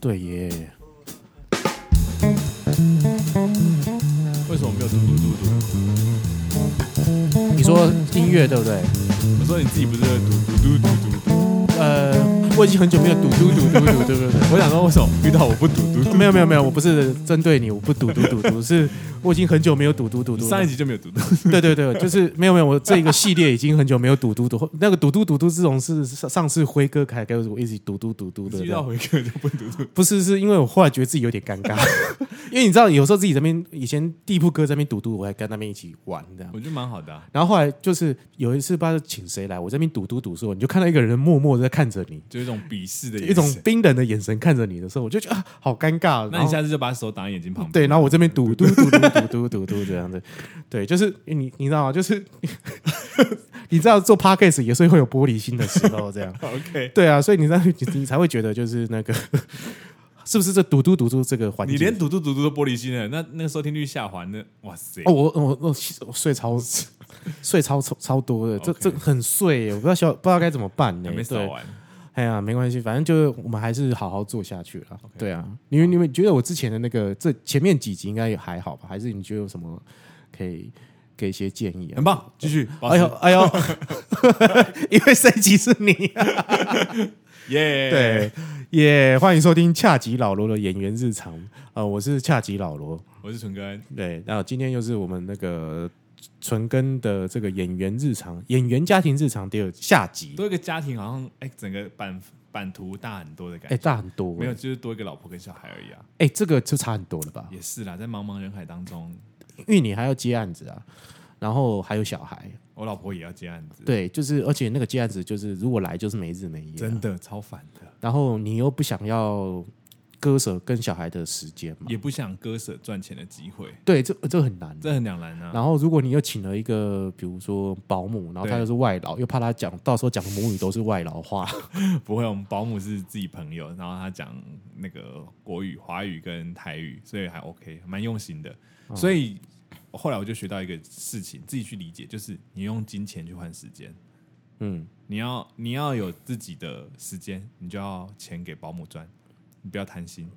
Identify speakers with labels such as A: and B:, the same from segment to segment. A: 对耶，
B: 为什么没有嘟嘟嘟
A: 你说音乐对不对？
B: 嘟？我说你自己不是会嘟嘟嘟嘟嘟？
A: 呃，我已经很久没有嘟嘟嘟嘟嘟，对不对？
B: 我想说为什么遇到我不嘟嘟嘟？
A: 没有没有没有，我不是针对你，我不赌赌赌赌，是 我已经很久没有赌赌赌
B: 你
A: 赌。
B: 上一集就没有嘟嘟。
A: 对对对，就是没有没有，我这一个系列已经很久没有赌赌赌。那个赌赌赌赌自从是上上次辉哥开给我一起赌赌赌赌的
B: 遇，到回客就不嘟嘟，
A: 不是是因为我后来觉得自己有点尴尬， 因为你知道有时候自己这边以前地铺哥这边赌赌，我还跟那边一起玩这样。
B: 我觉得蛮好的、啊。
A: 然后后来就是有一次，不知道请谁来，我这边赌赌赌的时候，你就看到一个人默默的在看着你，
B: 就有一种鄙视的眼神
A: 一种冰冷的眼神看着你的时候，我就觉得啊，好尴尬。
B: 那
A: 然
B: 你
A: 后
B: 下次就把手挡在眼睛旁边。
A: 对，然后我这边嘟嘟嘟嘟嘟嘟嘟嘟这样子，对，就是你你知道吗？就是 你知道做 podcast 也是会有玻璃心的时候，这样
B: OK，
A: 对啊，所以你知道你你才会觉得就是那个 是不是这嘟嘟嘟嘟这个环
B: 你
A: 节？
B: 连嘟嘟嘟嘟都玻璃心了，那那个收听率下滑，那哇塞！
A: 哦，我我我其实我睡超睡超超超多的，这
B: OK
A: 这很睡耶，我不知道小不知道该怎么办呢
B: 还没。扫
A: 对，
B: 完，
A: 哎呀，没关系，反正就是我们还是好好做下去了。
B: OK
A: 对啊，你们你们觉得我之前的那个这前面几集应该也还好吧？还是你觉得有什么可以给一些建议啊？
B: 很棒，继续。保
A: 哎呦
B: 持，
A: 哎呦， 因为这一集是你，
B: 耶！
A: 对， 也欢迎收听恰吉老罗的演员日常。呃，我是恰吉老罗，
B: 我是纯哥，
A: 对，那今天又是我们那个纯根的这个演员日常、演员家庭日常第二下集，
B: 多一个家庭好像哎、整个版版图大很多的感
A: 哎、
B: 觉。
A: 大很多、
B: 没有，，就是多一个老婆跟小孩而已啊，
A: 哎、这个就差很多了吧？
B: 也是啦，在茫茫人海当中，
A: 因为你还要接案子啊，然后还有小孩，
B: 我老婆也要接案子，，
A: 对，就是而且那个接案子就是如果来就是没日没夜啊、
B: 真的超烦的，
A: 然后你又不想要割舍跟小孩的时间嘛，
B: 也不想割舍赚钱的机会，
A: 对，这这很难。
B: 这很两难啊。
A: 然后，如果你又请了一个，比如说保姆，然后
B: 对
A: 他又是外劳，又怕他讲到时候讲的母语都是外劳话，
B: 不会，我们保姆是自己朋友，然后他讲那个国语、华语跟台语，所以还 OK，蛮用心的。
A: 嗯
B: 所以后来我就学到一个事情，自己去理解，就是你用金钱去换时间，
A: 嗯，
B: 你要你要有自己的时间，你就要钱给保姆赚，你不要贪心。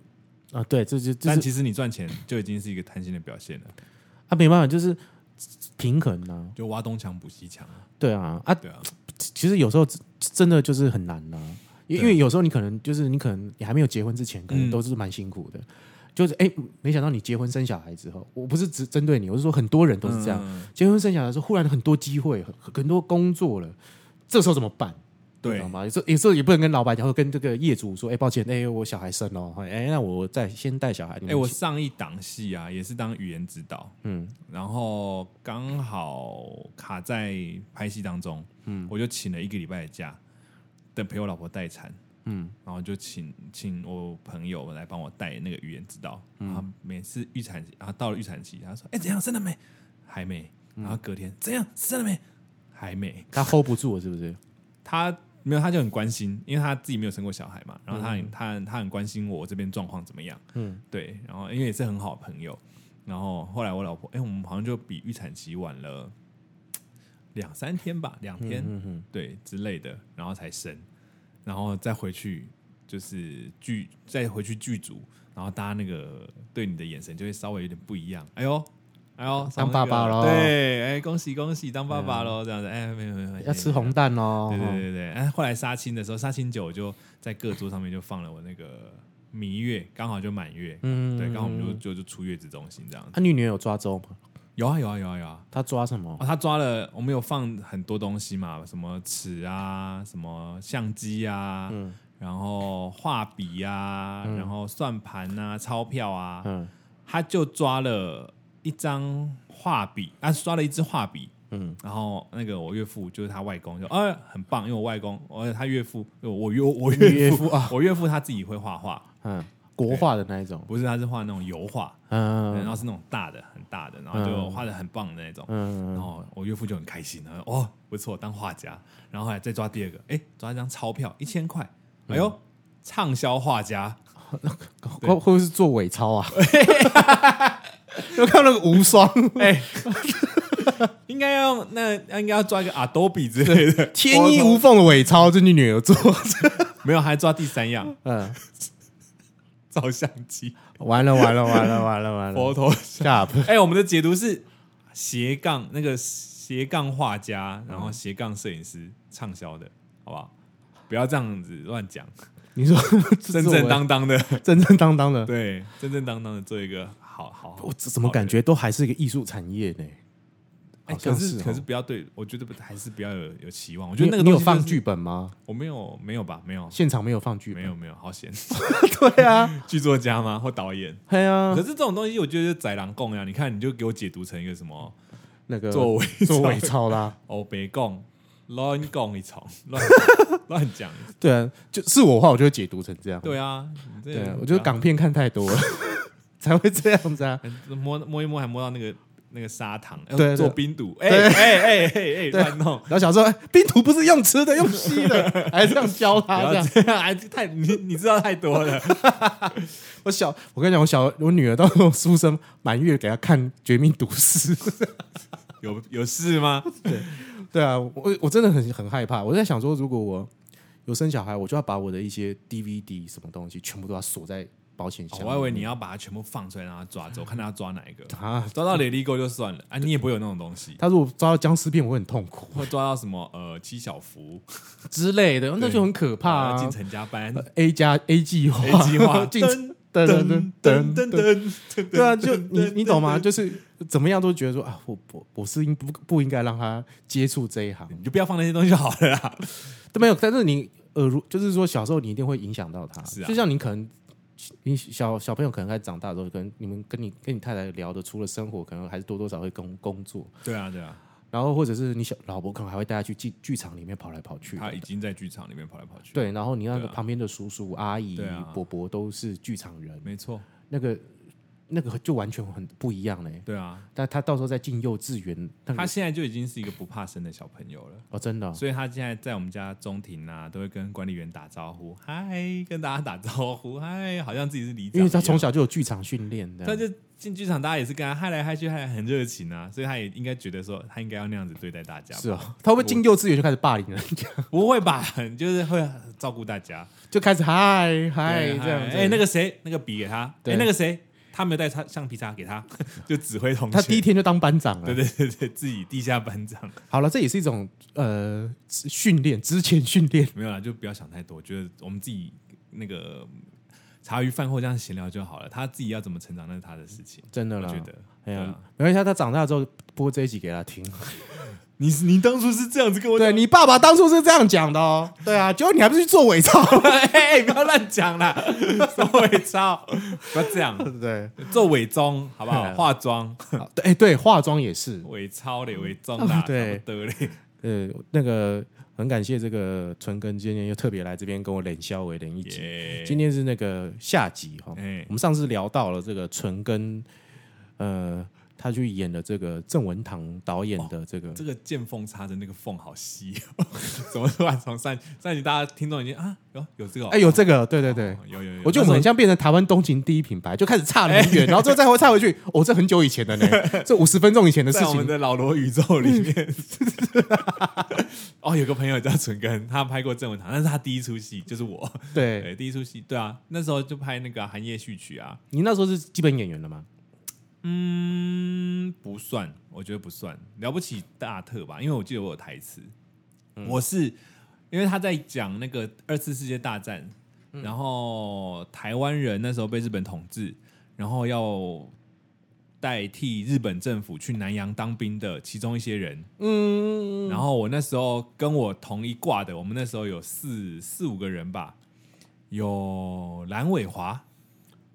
A: 啊，对，这就这
B: 但
A: 是
B: 其实你赚钱就已经是一个贪心的表现了，
A: 啊，没办法，就是平衡啊，
B: 就挖东墙补西墙啊。
A: 对啊，啊，
B: 对啊，
A: 其实有时候真真的就是很难呐、因为因
B: 对
A: 为有时候你可能就是你可能你还没有结婚之前，可能
B: 嗯
A: 都是蛮辛苦的。就是哎、没想到你结婚生小孩之后，我不是只针对你，我是说很多人都是这样。
B: 嗯
A: 结婚生小孩的时候，忽然很多机会，很很多工作了，这时候怎么办？你
B: 对
A: 知道，吗？有时候有时候也不能跟老板讲，或跟这个业主说，哎、抱歉，哎、我小孩生哦，哎、那我再先带小孩。你
B: 哎、
A: 们
B: 我
A: 去
B: 上一档戏啊，也是当语言指导，
A: 嗯
B: 嗯，然后刚好卡在拍戏当中，嗯，我就请了一个礼拜的假，等陪我老婆待产，嗯，然后就请请我朋友来帮我带那个语言指导，然后每次预产期，然后到了预产期，他说，哎、怎样生了没？还没，然后隔天怎样生了没？还没，
A: 他 hold 不住了，是不是？
B: 他没有，他就很关心，因为他自己没有生过小孩嘛，然后他很、他他很关心我这边状况怎么样，
A: 嗯
B: 嗯，对，然后因为也是很好的朋友，然后后来我老婆，哎、我们好像就比预产期晚了嘖两三天吧，两天，
A: 嗯哼，
B: 对之类的，然后才生，然后再回去就是剧，再回去剧组，然后大家那个对你的眼神就会稍微有点不一样。哎呦，哎呦，
A: 当
B: 上那个
A: 爸爸咯
B: 对，哎，恭喜恭喜，当爸爸喽，这样子，哎，没有没有，没有
A: 要吃红。蛋哦。
B: 对对对对，哎，后来杀青的时候，杀青酒就在各桌上面就放了我那个蜜月，刚好就满月，
A: 嗯啊
B: 对，刚好我们就就就出月子中心这样子。
A: 他女女有抓周吗？
B: 有啊有啊有啊有啊，
A: 他抓什么？
B: 哦，他抓了，我们有放很多东西嘛，什么尺啊，什么相机啊，
A: 嗯
B: 然后画笔啊，然后算盘啊，钞票啊，
A: 嗯
B: 他就抓了一张画笔，啊，抓了一支画笔。
A: 嗯
B: 嗯，然后那个我岳父就是他外公，就哎、很棒，因为我外公，而且他岳父，我岳我岳
A: 岳
B: 父
A: 父啊，
B: 我岳父他自己会画画，
A: 嗯，国画的那一种，
B: 不是他是画那种油画，
A: 嗯
B: 然后是那种大的很大的，然后就画的很棒的那种，
A: 嗯
B: 然后我岳父就很开心，然后哦不错，当画家。然后后来再抓第二个，哎，抓一张钞票一千块，哎
A: 嗯
B: 呦，畅销画家，
A: 会会不会是做伪钞啊？有看那个无双，
B: 哎，应该要那应该要抓一个 Adobe 之类的，
A: 天衣无缝的伪钞，这你女儿做，
B: 没有，还抓第三样，
A: 嗯，
B: 照相机，
A: 完了完了完了完了完
B: 佛
A: 了
B: 头。
A: ，Stop！
B: 哎、我们的解读是斜杠那个斜杠画家，然后
A: 嗯
B: 斜杠摄影师畅销的，好不好？不要这样子乱讲，
A: 你说这
B: 正
A: 是我
B: 正当当的，
A: 正正当当的，
B: 对，正正当当的做一个好好。好
A: 我怎么感觉都还是一个艺术产业呢？
B: 哎、
A: 好
B: 可
A: 像
B: 是
A: 哦
B: 可是不要对我觉得不还是不要有有期望。我
A: 我
B: 觉得那个
A: 你
B: 东
A: 有
B: 西、就是、
A: 放剧，本吗？
B: 我没有没有吧，没有
A: 现场没有放剧
B: 没
A: 本，
B: 有没有，好险，
A: 对啊，
B: 剧作家吗或导演？
A: 对啊
B: 可，是这种东西，我觉得就宰狼共呀。你看，你就给我解读成一个什么
A: 那个
B: 作为
A: 做伪钞啦，
B: 哦，北共乱共一场，乱 乱讲。
A: 对啊，就是我的话，我就会解读成这样。
B: 对啊，你这
A: 对啊，我觉得港片看太多了，才会这样子啊。
B: 摸摸一摸，还摸到那个那个砂糖，哎
A: 对
B: 做
A: 对
B: 冰毒，哎哎哎哎哎，
A: 对
B: 乱弄，
A: 然后想说，哎冰毒不是用吃的，用吸 的，还这样教
B: 不
A: 他这
B: 要
A: 样。
B: 这样，哎太你你知道太多了。
A: 我小，我跟你讲，我小我女儿到时候出生满月，给她看《绝命毒 师》。
B: 有有事吗？
A: 对啊，我我真的很很害怕。我在想说，如果我有生小孩，我就要把我的一些 DVD 什么东西全部都要锁在保险
B: 哦
A: 箱。
B: 我还以为你要把它全部放出来，让它抓 走，看它抓哪一个。
A: 啊，
B: 抓到雷利狗就算了啊，你也不会有那种东西。
A: 他如果抓到僵尸片，我会很痛苦
B: 或抓到什么呃七小福，
A: 之类的，那就很可怕
B: 呃进
A: 啊。
B: 城加班
A: A 加 A 计划
B: A 计划，
A: 进程
B: 噔
A: 噔噔噔
B: 噔噔
A: 噔
B: 噔
A: 噔，
B: 噔，
A: 对啊，就你你懂吗？
B: 噔？
A: 就是怎么样都觉得说啊，我我我是应不不应该让他接触这一行
B: 噔，你就不要放那些东西就好了 啦。
A: 都没有，但是你耳濡，就是说小时候你一定会影响到他，
B: 是啊
A: 就像你可能。你小小朋友可能在长大之后，可能你们跟你跟你太太聊的，除了生活，可能还是多多少会工工作，
B: 对啊，对啊，
A: 然后或者是你小老婆可能还会带他去剧剧场里面跑来跑去，
B: 他已经在剧场里面跑来跑去。，
A: 对，然后你那个
B: 对啊
A: 旁边的叔叔、阿姨
B: 对啊、
A: 伯伯都是剧场人，
B: 没错，
A: 那个那个就完全很不一样嘞。
B: 对啊，
A: 但他到时候在进幼稚园，那
B: 他
A: 个
B: 现在就已经是一个不怕生的小朋友了。
A: 哦，真的哦、
B: 所以他现在在我们家中庭啊，都会跟管理员打招呼，嗨，跟大家打招呼，嗨，好像自己是里长一样。
A: 因为他从小就有剧场训练的，
B: 他就进剧场，大家也是跟他嗨来嗨去，还很热情啊，所以他也应该觉得说他应该要那样子对待大家吧。
A: 是哦，他会不会进幼稚园就开始霸凌人 家，
B: 不会吧？就是会照顾大家，
A: 就开始嗨嗨
B: 对
A: 这样子？
B: 哎，那个谁，那个笔给他，
A: 对
B: 哎，那个谁，他没有带擦橡皮擦给他， 就指挥同 学。
A: 他第一天就当班长了。
B: 对对对对，自己地下班长
A: 好了，这也是一种呃训练，之前训练。
B: 没有啦，就不要想太多。我觉得我们自己那个茶余饭后这样闲聊就好了。他自己要怎么成长，那是他的事情。
A: 真的
B: 我
A: 啦，
B: 觉得，
A: 哎
B: 对
A: 呀
B: 啊，
A: 没关系，他长大之后播这一集给他听。
B: 你你当初是这样子跟我讲
A: 对你爸爸当初是这样讲的哦，对啊，结果你还不是去做伪 造？
B: 哎、不要乱讲啦， 做伪造，不要这样，
A: 对
B: 做伪装好 不好？化妆，
A: 好对， 哎对，化妆也是。
B: 伪钞嘞，伪装啦，
A: 哦对
B: 差不多嘞，
A: 呃，那个很感谢这个纯根今天又特别来这边跟我冷笑为冷一集。
B: 耶
A: 今天是那个下集哈，
B: 哎
A: 我们上次聊到了这个纯根，呃，他去演了这个郑文堂导演的这个，
B: 哦这个见缝插针，那个缝好细、哦， 怎么突然从上上集大家听众已经啊有有这个、哦，
A: 哎、有这个，对对对，
B: 哦有有有，
A: 我觉得我们很像变成台湾东勤第一品牌，就开始差得
B: 哎
A: 很远，然后之后再会差回去，哦，这很久以前的呢， 这五十分钟以前的
B: 那
A: 事
B: 时候在我们
A: 情，
B: 的老罗宇宙里面， 哦，有个朋友叫纯根，他拍过郑文堂，但是他第一出戏就是我，
A: 对
B: 对，第一出戏，对啊，那时候就拍那个啊寒夜序曲啊，
A: 你那时候是基本演员了吗？
B: 嗯，不算，我觉得不算，了不起大特吧，因为我记得我有台词，我是因为他在讲那个二次世界大战，然后台湾人那时候被日本统治，然后要代替日本政府去南洋当兵的其中一些人，
A: 嗯，
B: 然后我那时候跟我同一挂的，我们那时候有四四五个人吧，有蓝伟华，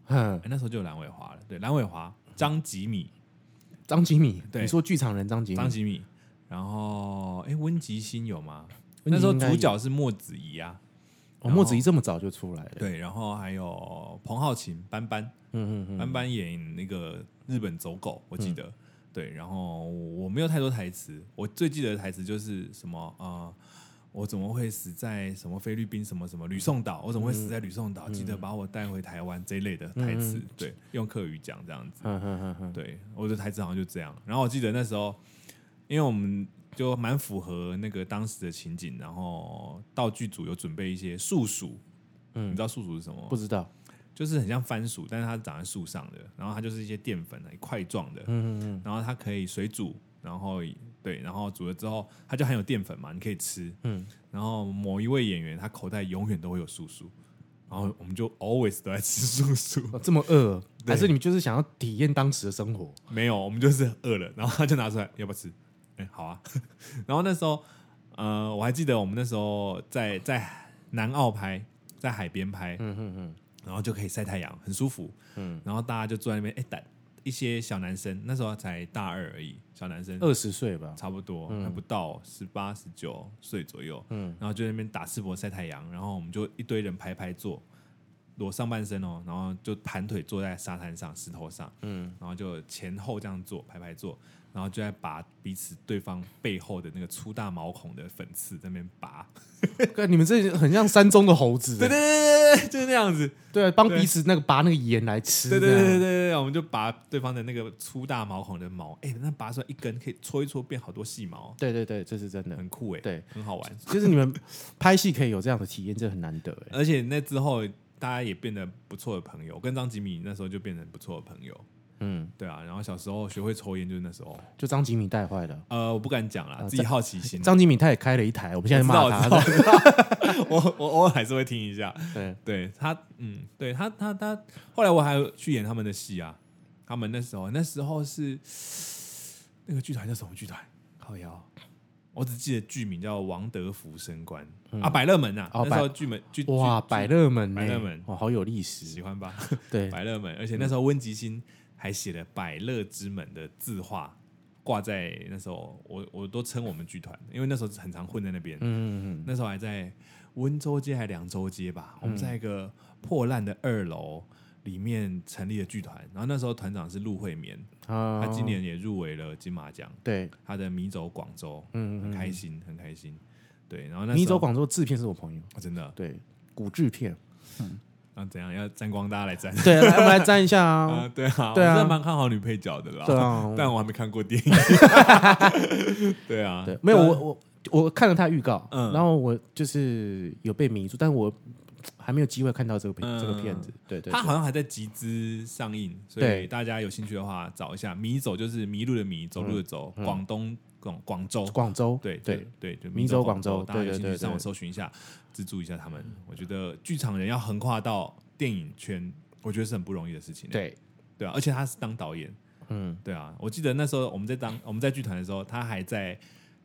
A: 哼
B: 哎，那时候就有蓝伟华了，对，蓝伟华、张吉米。
A: 张吉米，
B: 对
A: 你说剧场人张吉米，
B: 张吉米，然后哎，温吉星有吗？
A: 温
B: 那
A: 吉
B: 时
A: 星
B: 候
A: 应该有
B: 主角是莫子仪啊，
A: 哦，墨子怡这么早就出来了，，
B: 对，然后还有彭浩琴、班班，
A: 嗯嗯嗯，
B: 班班演那个日本走狗，我记
A: 嗯
B: 得。对，然后我没有太多台词，我最记得的台词就是什么呃，我怎么会死在什么菲律宾什么什么吕宋岛？我怎么会死在吕宋
A: 嗯
B: 岛？记得把我带回台湾这一类的台词，对，用客语讲这样子。
A: 嗯嗯嗯嗯，
B: 对，我的台词好像就这样。然后我记得那时候，因为我们就蛮符合那个当时的情景，然后道具组有准备一些树鼠，嗯，你知道树鼠是什么吗？
A: 不知道，
B: 就是很像番薯，但是它是长在树上的，然后它就是一些淀粉啊一块状的，
A: 嗯嗯
B: 然后它可以水煮，然后对，然后煮了之后它就含有淀粉嘛，你可以吃。
A: 嗯
B: 然后某一位演员他口袋永远都会有素素，然后我们就 always 都在吃素素。
A: 嗯，哦这么饿，
B: 对嗯
A: 还是你们就是想要体验当时的生活？
B: 没有，我们就是饿了，然后他就拿出来，要不要吃？哎、好啊。 然后那时候，呃，我还记得我们那时候在在南澳拍，在海边拍，
A: 嗯嗯嗯
B: 然后就可以晒太阳，很舒服。
A: 嗯，
B: 然后大家就坐在那边，哎、打一些小男生，那时候才大二而已，小男生
A: 二十岁吧，
B: 差不多，还不到十八十九岁左右，
A: 嗯
B: 然后就在那边打赤膊晒太阳，然后我们就一堆人排排坐，裸上半身哦，然后就盘腿坐在沙滩上石头上，
A: 嗯
B: 然后就前后这样做，排排坐，然后就在拔彼此对方背后的那个粗大毛孔的粉刺，在那边拔，
A: 干你们这很像山中的猴子，
B: 对对对对对，就是那样子，
A: 对啊，帮
B: 对
A: 彼此那个拔那个盐来吃，
B: 对对
A: 这
B: 对
A: 样
B: 对对对，我们就拔对方的那个粗大毛孔的毛，哎，那拔出来一根可以搓一搓变好多细毛，
A: 对对对，这是真的。
B: 很酷哎，
A: 对，
B: 很好玩。
A: 就是你们拍戏可以有这样的体验，这很难得哎。
B: 而且那之后大家也变得不错的朋友，我跟张吉米那时候就变成不错的朋友，
A: 嗯，
B: 对啊。然后小时候学会抽烟就是那时候，
A: 就张吉米带坏了。
B: 呃，我不敢讲啦，
A: 啊
B: 自己好奇心。
A: 张吉米他也开了一台，我们现在骂
B: 我知
A: 他。
B: 道 我我我偶尔还是会听一下，
A: 对，
B: 对他，嗯，对他他他，后来我还有去演他们的戏啊，他们那时候那时候是那个剧团叫什么剧团？靠腰。我只记得剧名叫《王德福升官》啊，百乐门呐、
A: 哦
B: 那时候剧门剧
A: 哇，
B: 剧
A: 百乐门呢，
B: 百乐门
A: 哇，好有历史
B: 喜。欢吧？
A: 对，嗯
B: 百乐门，而且那时候温吉星还写了“百乐之门”的字画挂在那时候，我我都称我们剧团，因为那时候很常混在那
A: 嗯
B: 边。
A: 嗯嗯
B: 那时候还在温州街还凉州街吧，我们在一个破烂的二楼里面成立了剧团。然后那时候团长是陆慧棉，
A: 嗯，啊
B: 他今年也入围了金马奖，
A: 对，
B: 他的《迷走广州》
A: 嗯
B: 很
A: 嗯
B: 开心，很开心。对，然后
A: 嗯，
B: 那时候
A: 迷走广州制片是我朋友，
B: 哦真的，
A: 对，古制 片，
B: 那怎样要沾光，大家来沾。
A: 对，来我们来站一下 啊，
B: 啊，对啊，
A: 对啊
B: 我真的蛮看好女配角的啦。
A: 对啊
B: 但我还没看 过电影。对啊，
A: 对，没有我我我看了他预告，
B: 嗯
A: 然后我就是有被迷住，但我还没有机会看到这个片
B: 嗯
A: 这个片子，对对，
B: 他
A: 对
B: 好像还在集资上映，所以
A: 对
B: 大家有兴趣的话找一下“迷走”，就是迷路的迷，走路的走，广东广广州。
A: 嗯广州，
B: 对
A: 对，
B: 对，就
A: 迷走
B: 广
A: 广州
B: 大家有
A: 对对
B: 兴趣
A: 对
B: 上网
A: 对
B: 搜寻一下，资助一下他们。我觉得剧场人要横跨到电影圈，我觉得是很不容易的事情。
A: 对，
B: 对啊，而且他是当导演，
A: 嗯，
B: 对啊，我记得那时候我们在当我们在剧团的时候，他还在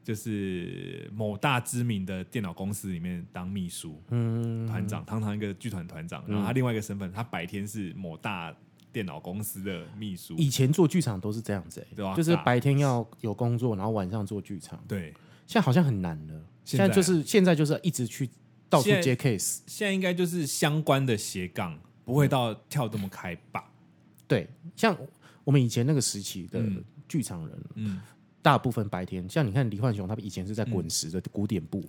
B: 就是某大知名的电脑公司里面当秘书
A: 嗯，
B: 团长，堂堂一个剧团团长。然后他另外一个身份，他白天是某大电脑公司的秘书。
A: 以前做剧场都是这样子、欸，
B: 对啊
A: 就是
B: 对啊
A: 白天要有工作，然后晚上做剧场。
B: 对，
A: 现在好像很难了，
B: 现
A: 现
B: 在啊
A: 在就是现在就是一直去到处
B: 现在
A: 接 case，
B: 现在应该就是相关的斜杠，不会到跳这么开吧？
A: 对，像我们以前那个时期的
B: 嗯
A: 剧场人，
B: 嗯，
A: 大部分白天，像你看李焕雄，他们以前是在滚石的古典部，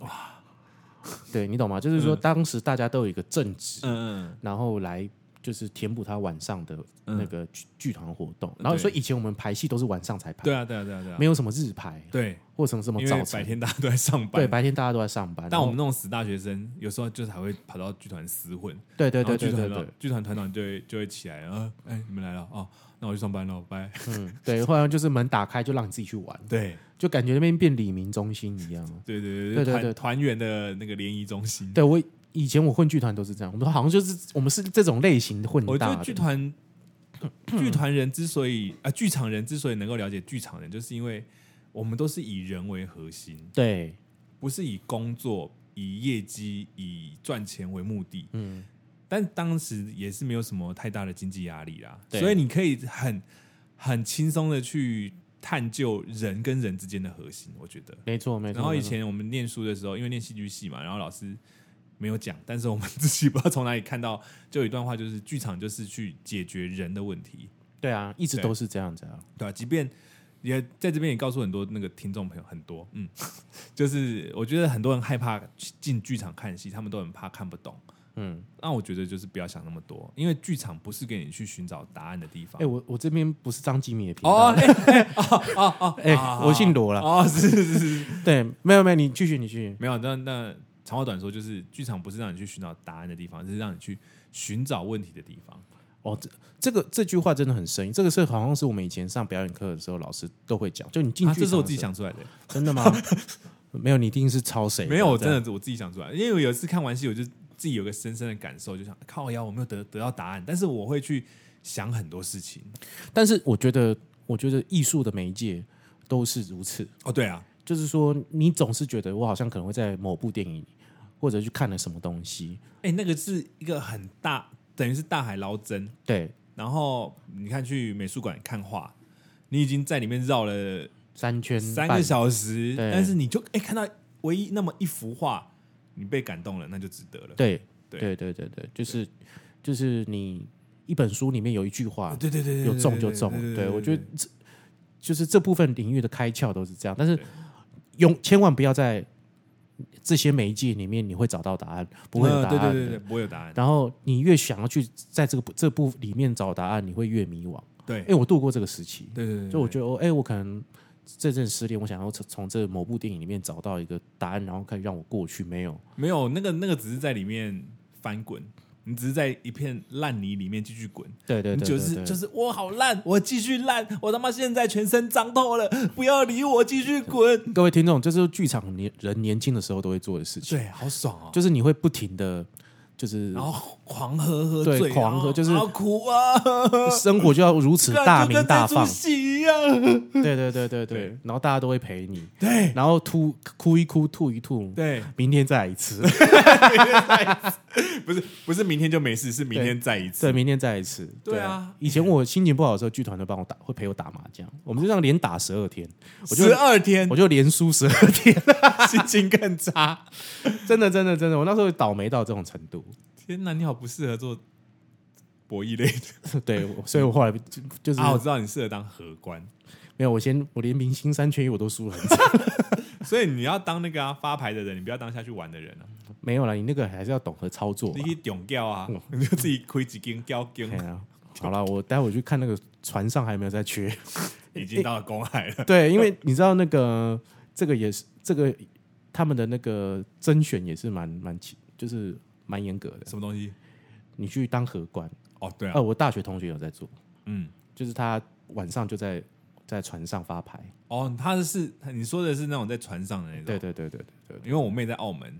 A: 对你懂吗？就是说当时大家都有一个正职，
B: 嗯
A: 然后来。就是填补他晚上的
B: 嗯
A: 那个剧剧团活动，然后所以以前我们排戏都是晚上才排，
B: 对啊，对啊，对啊，对啊，
A: 没有什么日排
B: 对，
A: 或什么什么
B: 因
A: 早
B: 为白
A: 晨，
B: 天大家都在上
A: 对
B: 班，
A: 白天大家都在上班，然
B: 但我
A: 后
B: 们那种死大学生，有时候就是还会跑到剧团厮混。
A: 对对
B: 然
A: 对
B: 后
A: 对
B: 剧
A: 对
B: 团
A: 对
B: 的，剧团团长就会就会起来，啊，哎，你们来了哦，那我去上班了，拜。
A: 嗯，对，后来就是门打开就让你自己去玩，
B: 对
A: 就感觉那边变李明中心一样。
B: 对对
A: 对对
B: 团
A: 对
B: 团员的那个联谊中心。
A: 对我以前我混剧团都是这样，我们好像就是我们是这种类型的混
B: 我觉
A: 搭
B: 得
A: 的
B: 剧团剧团人之所以啊，剧场人之所以能够了解剧场人，就是因为我们都是以人为核心，
A: 对，
B: 不是以工作、以业绩、以赚钱为目的。嗯，但当时也是没有什么太大的经济压力啦，
A: 对
B: 所以你可以很很轻松的去探究人跟人之间的核心，我觉得。
A: 没错没错。
B: 然后以
A: 没错
B: 前我们念书的时候，因为念戏剧系嘛，然后老师没有讲，但是我们自己不知道从哪里看到，就有一段话，就是剧场就是去解决人的问题，
A: 对啊，一直
B: 对
A: 都是这样子啊。
B: 对吧、即便也在这边也告诉很多那个听众朋友，很多嗯， 就是我觉得很多人害怕进剧场看戏，他们都很怕看不懂。
A: 嗯，
B: 那我觉得就是不要想那么多，因为剧场不是给你去寻找答案的地方。
A: 哎、我我这边不是张吉米的频
B: 啊哦，
A: 道，
B: 哎哎哦哦哦，
A: 哎、
B: 啊
A: 我姓罗了。
B: 哦，是是是，
A: 对，没有没有，你继续你继续。
B: 没有，那那长话短说，就是剧场不是让你去寻找答案的地方，是让你去寻找问题的地方。
A: 哦，这这个这句话真的很深，这个是好像是我们以前上表演课的时候老师都会讲，就你进
B: 啊，
A: 去、
B: 这是我自己，想出来的，
A: 真的吗？ 没有，你一定是抄谁？
B: 没有，哎我真
A: 的
B: 的我自己想出来。因为我有一次看完戏，我就自己有个深深的感受，就想靠呀，我没有得得到答案，但是我会去想很多事情。
A: 这样。但是我觉得，我觉得艺术的媒介都是如此，
B: 哦，对啊，
A: 就是说，你总是觉得我好像可能会在某部电影或者去看了什么东西，
B: 哎、那个是一个很大，等于是大海捞针。
A: 对，
B: 然后哦你看去美术馆看画，你已经在里面绕了
A: 三圈
B: 三
A: 半
B: 个小时，
A: 对
B: 但是你就哎看到唯一那么一幅画，你被感动了，那就值得了。
A: 对
B: 对
A: 对对对对，就是就是你一本书里面有一句话，
B: 对对对对，
A: 有中就中。对我觉得这就是这部分领域的开窍都是这样，但是
B: 对
A: 用千万不要在这些媒介里面你会找到答案，不会有答
B: 啊对对
A: 案
B: 对对，
A: 的。
B: 不会有答案。
A: 然后你越想要去在这个这部里面找答案，你会越迷惘。
B: 对
A: 哎，我度过这个时期，
B: 对对对，
A: 就我
B: 得
A: 觉得哦，哎，我可能这阵失恋，我想要从从这某部电影里面找到一个答案，然后可以让我过去。没有，
B: 没有那个那个只是在里面翻滚，你只是在一片烂泥里面继续滚。
A: 对对
B: 你
A: 对，
B: 就
A: 对
B: 是
A: 对
B: 就是我好烂，我继续烂，我他妈现在全身脏透了，不要理我，继续滚。
A: 各位听众，这就是剧场年人年轻的时候都会做的事情，
B: 对，好爽哦。
A: 就是你会不停的，就是
B: 然后狂喝喝
A: 对
B: 醉，
A: 狂
B: 然后
A: 喝就是
B: 好苦啊，
A: 生活就要如此大鸣大放
B: 就跟这出，戏一样。
A: 对对对对对
B: 对，
A: 然后大家都会陪你，
B: 对
A: 然后吐哭一哭，吐一吐，
B: 对，
A: 明天再来一 次，
B: 不是不是明天就没事，是明天再一
A: 对，
B: 次。
A: 明天再来一次，
B: 对啊
A: 以前我心情不好的时候，剧团都帮我打，会陪我打麻将，我们就这样连打十二天，我就
B: 十二天
A: 我就连输十二天，
B: 心情更差。
A: 真的真的真的，我那时候倒霉到这种程度，
B: 天哪，你好不适合做博弈类的
A: 对，我所以我后来就就是
B: 啊！我知道你适合当荷官，
A: 没有，我先我连明星三缺一我都输了很
B: 所以你要当那个啊发牌的人，你不要当下去玩的人啊！
A: 没有啦，你那个还是要懂得操作吧
B: 你。可以懂掉啊， 你就自己亏几根胶根
A: 哎，呀，好啦，我待会去看那个船上还有没有在缺。
B: 已经到了公海了。
A: 对，因为你知道那个这个也是这个他们的那个甄选也是蛮蛮奇就是蛮严格的。
B: 什么东西？
A: 你去当荷官，
B: 哦，对啊
A: 呃，，我大学同学有在做，
B: 嗯，
A: 就是他晚上就在在船上发牌。
B: 哦，他是你说的是那种在船上的那种，
A: 对对对对对对，
B: 因为我妹在澳门，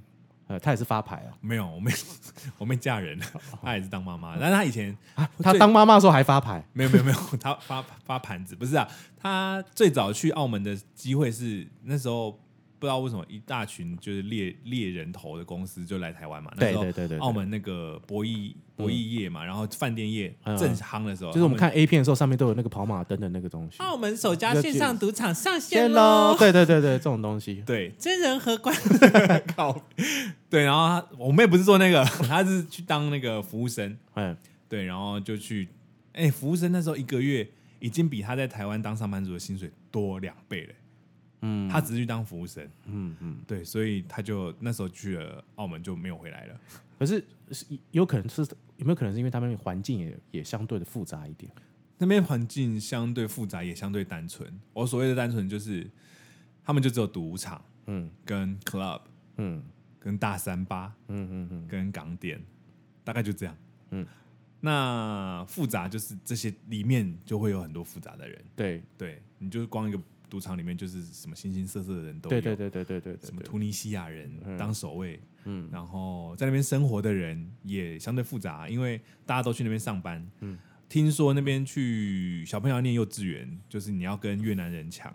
A: 呃，他也是发牌啊。
B: 没有我妹， 我妹嫁人了，她也是当妈妈，但是她啊以前
A: 他当妈妈的时候还发牌，
B: 没有没有没有，她发发盘子不是啊，她最早去澳门的机会是那时候不知道为什么一大群就是猎猎人头的公司就来台湾嘛，那
A: 对
B: 时候
A: 对对对对
B: 澳门那个博弈博弈业嘛，然后饭店业
A: 嗯
B: 正夯的时候，
A: 就是我们
B: 哦他哦
A: 看 A 片的时候，上面都有那个跑马灯的那个东西。
B: 澳门首家线上赌场上
A: 先
B: 线喽
A: 喽，。对对对对，这种东西。
B: 对，真人荷官， 靠，对，然后他我妹不是做那个，她是去当那个服务生，
A: 嗯，
B: 对，然后就去，哎、服务生那时候一个月已经比她在台湾当上班族的薪水多两倍了，嗯，她只是去当服务生，嗯嗯，对，所以她就那时候去了澳门就没有回来了，
A: 可是是有可能是有没有可能是因为他们环境也也相对的复杂一点？
B: 那边环境相对复杂，也相对单纯。我所谓的单纯就是，他们就只有赌场，
A: 嗯
B: 跟 club，
A: 嗯
B: 跟大三巴，
A: 嗯嗯嗯，
B: 跟港点，大概就这样。
A: 嗯
B: 嗯，那复杂就是这些里面就会有很多复杂的人，
A: 对
B: 对，你就光一个赌场里面就是什么形形色色的人都
A: 对
B: 有，
A: 对对对对对对
B: 什么
A: 对
B: 突尼西亚人当守卫，
A: 嗯
B: 嗯，然后在那边生活的人也相对复杂，因为大家都去那边上班，嗯。听说那边去小朋友要念幼稚园，就是你要跟越南人抢，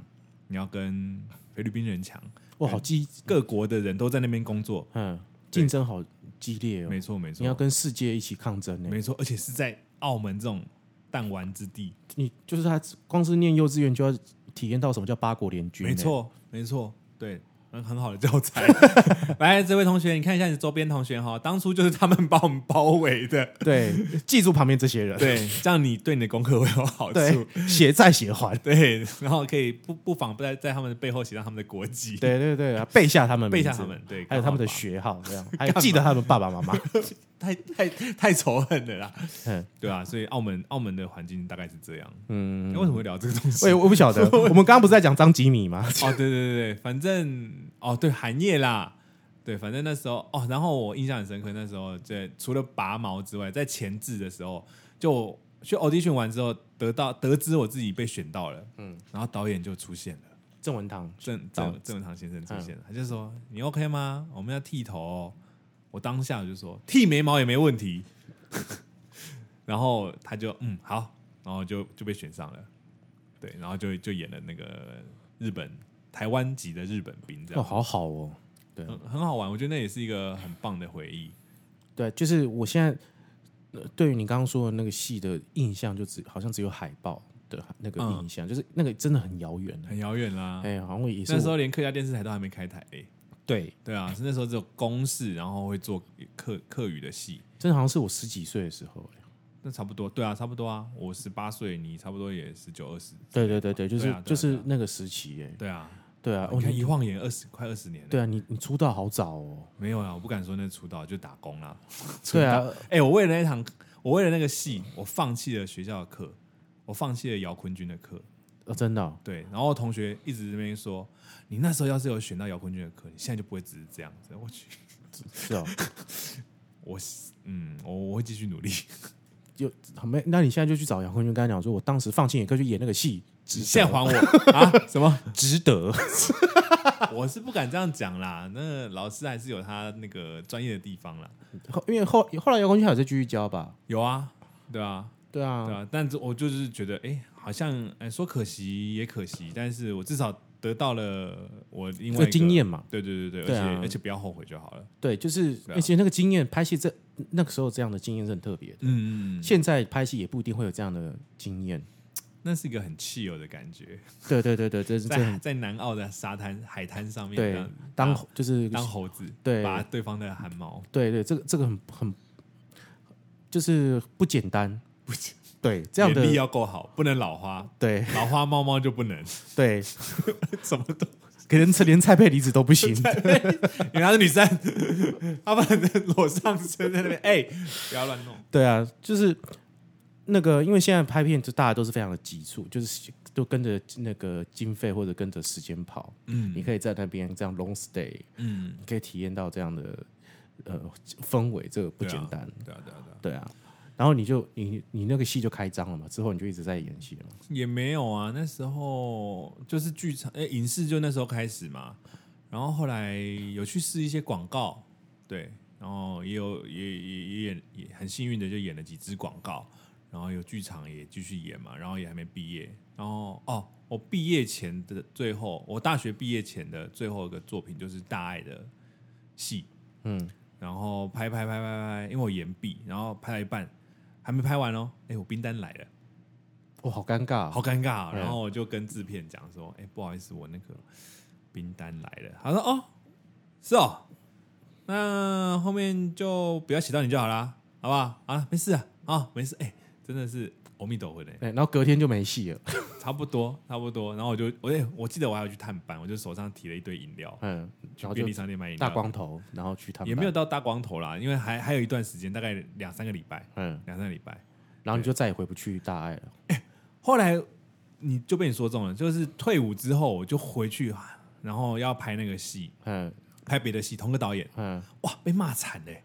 B: 你要跟菲律宾人抢，
A: 哇，好激，
B: 各国的人都在那边工作。
A: 嗯，竞争好激烈哦
B: 没。错，没错，
A: 你要跟世界一起抗争呢。
B: 没错，而且是在澳门这种弹丸之地。
A: 你就是他，光是念幼稚园就要体验到什么叫八国联军。
B: 没，错，没错，对，很很好的教材。 来，这位同学，你看一下你周边同学哈，当初就是他们把我们包围 的。
A: 对，记住旁边这些人。
B: 对，这样你对你的功课会有好处。
A: 对，血债血还。
B: 对，然后可以不不妨不在在他们的背后写上他们的国籍。
A: 对对对，啊背下他们名
B: 背
A: 字，
B: 下他们对
A: 还有他们的
B: 干嘛吧
A: 学号， 这样，还有记得他们爸爸妈妈。
B: 太太太仇恨了啦。
A: 嗯
B: 对啊，所以澳门澳门的环境大概是这样。
A: 嗯，
B: 那为什么会聊这个东 西？
A: 喂，我不晓得，我们刚刚不是在讲张吉米吗？
B: 哦，对对对对，反正哦，对，韩业啦，对，反正那时候哦，然后我印象很深刻，那时候在除了拔毛之外，在前置的时候，就我去 audition 完之后，得到得知我自己被选到了，嗯，然后导演就出现了，
A: 郑嗯文堂
B: 郑
A: 导
B: 郑郑文堂先生出现了，他就说你 OK 吗？我们要剃头哦、我当下我就说剃眉毛也没问题， 然后他就嗯好，然后就就被选上了，对，然后就就演了那个日本台湾籍的日本兵这
A: 哦，。
B: 样
A: 好好哦，对
B: 很很好玩，我觉得那也是一个很棒的回忆。
A: 对，就是我现在呃对于你刚刚说的那个戏的印象，就只好像只有海报的那个
B: 嗯
A: 印象，就是那个真的很遥远啊。
B: 很遥远啦。
A: 哎、好像也是
B: 那时
A: 我
B: 候连客家电视台都还没开台嘞、
A: 对，
B: 对啊，是那时候只有公视，然后会做客客语的戏，
A: 真的好像是我十几岁的时候、哎
B: 那差不多，对啊，差不多啊。我十八岁，你差不多也十九二十，
A: 对对对对，就是、
B: 对啊对啊
A: 就是
B: 对啊
A: 那个时期、哎，
B: 对啊。
A: 对啊，哦
B: 你看一
A: 你
B: 晃眼二十，快二十年了。
A: 对啊，你你出道好早 哦，
B: 没有啦，啊我不敢说那出道就打工啦。
A: 对啊，
B: 哎、我为了那一堂，我为了那个戏，我放弃了学校的课，我放弃了姚坤军的课。
A: 哦真的哦、
B: 对，然后同学一直这边说，你那时候要是有选到姚坤军的课，你现在就不会只是这样子。我去，
A: 是哦，
B: 我嗯，我我会继续努力。
A: 就好没，那你现在就去找杨坤军，跟他讲说，我当时放弃你的课去演那个戏，值
B: 现在
A: 得，
B: 还我啊？什么？
A: 值得，
B: 我是不敢这样讲啦。那老师还是有他那个专业的地方啦。
A: 后因为后后来杨坤军还有再继续教吧，
B: 有啊，对啊，
A: 对啊，
B: 对啊。但是我就是觉得，哎、好像哎、说可惜也可惜，但是我至少得到了我另
A: 这个
B: 外一个
A: 经。验嘛，
B: 对对对对，
A: 对
B: 而且、
A: 啊
B: 而且不要后悔就好了。
A: 对，就是、
B: 对啊
A: 而且那个经验，拍戏这那个时候这样的经验是很特别的。
B: 嗯，
A: 现在拍戏也不一定会有这样的经验。
B: 那是一个很气油的感觉，
A: 对对对对，这是这
B: 在
A: 很
B: 在南澳的沙滩海滩上面这
A: 对
B: 样，
A: 当
B: 啊
A: 就是
B: 当猴子，
A: 对
B: 拔对方的汗毛，
A: 对对，这个这个很很就是不简单，
B: 不行，
A: 对这样
B: 眼力
A: 的
B: 要够好，不能老花，
A: 对
B: 老花猫猫就不能，
A: 对，
B: 什么都，
A: 可能连蔡佩离子都不行。
B: 因为她是女生， 她不能裸上身在那边，哎、不要乱弄。
A: 对啊，就是那个，因为现在拍片就大家都是非常的急促，就是都跟着那个经费或者跟着时间跑。
B: 嗯
A: 你可以在那边这样 long stay，
B: 嗯，
A: 你可以体验到这样的呃氛围，这个不
B: 对啊
A: 简单。
B: 对啊对啊对啊，
A: 对啊，然后你就你你那个戏就开张了嘛，之后你就一直在演戏了嘛。
B: 也没有啊，那时候就是剧场，哎、影视就那时候开始嘛，然后后来有去试一些广告，对，然后也有也也也演也很幸运的就演了几支广告，然后有剧场也继续演嘛，然后也还没毕业，然后哦，我毕业前的最后，我大学毕业前的最后一个作品就是大爱的戏，
A: 嗯，
B: 然后拍拍拍拍拍，因为我延毕，然后拍了一半还没拍完哦，哎，我冰单来了。
A: 哇，好尴尬、
B: 好
A: 哦，
B: 尴尬哦、
A: 嗯
B: 然后我就跟制片讲说：“哎、不好意思，我那个冰单来了。”他说：“哦，是哦，那后面就不要写到你就好啦，好不好？啊，没事啊，啊，没事。哎、真的是阿弥陀佛的，
A: 哎、然后隔天就没戏了。
B: 差不多，差不多。然后我就我也我记得我还有去探班，我就手上提了一堆饮料，
A: 嗯，
B: 去
A: 然后
B: 便
A: 就
B: 利商店买饮料，
A: 大光头，然后去他们
B: 也没有，到大光头啦，因为还还有一段时间，大概两三个礼拜，
A: 嗯，
B: 两三个礼拜。
A: 然后你就再也回不去大爱了。
B: 后来你就被你说中了，就是退伍之后我就回去，然后要拍那个戏，
A: 嗯
B: 拍别的戏，同个导演，
A: 嗯
B: 哇，被骂惨嘞。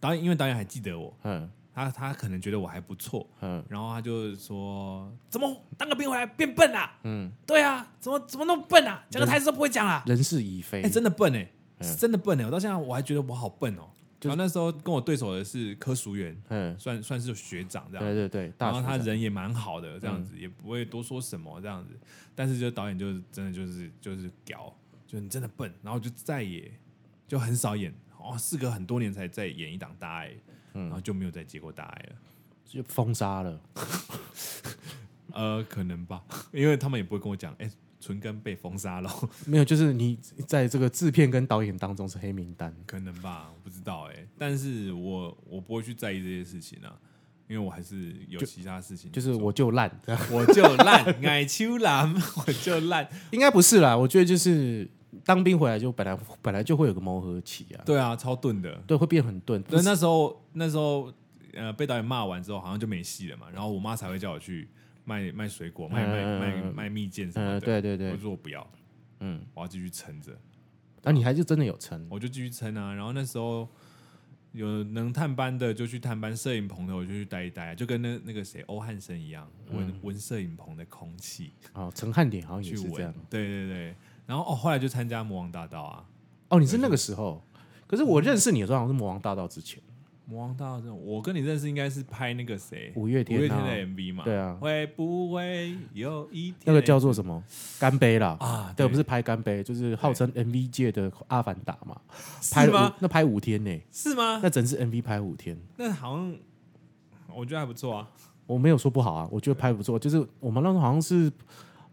B: 导演因为导演还记得我，
A: 嗯
B: 他他可能觉得我还不错，
A: 嗯
B: 然后他就说：“怎么当个兵回来变笨啊？
A: 嗯，
B: 对啊，怎么怎么那么笨啊？讲个台词都不会讲啦、
A: 人事已非。
B: 哎、真的笨哎、是真的笨哎、我到现在我还觉得我好笨哦、
A: 嗯就是
B: 然后那时候跟我对手的是柯淑媛，
A: 嗯，
B: 算算是学长这样。
A: 对对对，大
B: 然后
A: 学嗯
B: 他
A: 长
B: 人也蛮好的，这样子、也不会多说什么这样子。但是就导演就是真的就是就是屌，就你真的笨，然后就再也就很少演哦，事隔很多年才再演一档大爱，
A: 嗯
B: 然后就没有再接过大爱了。
A: 就封杀了。
B: 呃，可能吧，因为他们也不会跟我讲，哎、纯根被封杀了，
A: 没有，就是你在这个制片跟导演当中是黑名单。
B: 可能吧，我不知道哎、但是我我不会去在意这些事情啊，因为我还是有其他事情，
A: 就是我就烂，
B: 我就烂， 矮秋兰，我就烂，
A: 应该不是啦。我觉得就是当兵回来就本来本来就会有个磨合期啊，
B: 对啊，超钝的。
A: 对，会变很钝。
B: 对，那时候那时候呃被导演骂完之后，好像就没戏了嘛。然后我妈才会叫我去卖卖水果、卖卖卖卖蜜饯什
A: 嗯，
B: 么的。
A: 对对
B: 啊我
A: 对
B: 就，说我不要，
A: 嗯，
B: 我要继续撑着。
A: 啊，你还是真的有撑，
B: 我就继续撑啊。然后那时候有能探班的就去探班，摄影棚的我就去待一待啊，就跟那那个谁欧汉生一样，闻闻摄影棚的空气
A: 哦，陈汉典好像嗯也
B: 去
A: 是这
B: 闻
A: 样。。
B: 对对对，然后哦，后来就参加魔王大道啊，
A: 哦，你是那个时候，可是我认识你的时候好像是魔王大道之前，
B: 魔王大道这种，我跟你认识应该是拍那个谁
A: 五月
B: 五
A: 天
B: 月
A: 啊
B: 天的 MV 嘛，
A: 对啊
B: 会不会有一天
A: 那个叫做什么干杯啦。
B: 啊？
A: 对，不是拍干杯，就是号称 MV 界的阿凡达嘛，拍
B: 是
A: 了五
B: 吗？
A: 那拍五天呢、
B: 是吗？
A: 那整是 MV 拍五天，
B: 那好像我觉得还不错啊。
A: 我没有说不好啊，我觉得拍不错，就是我们那时候好像是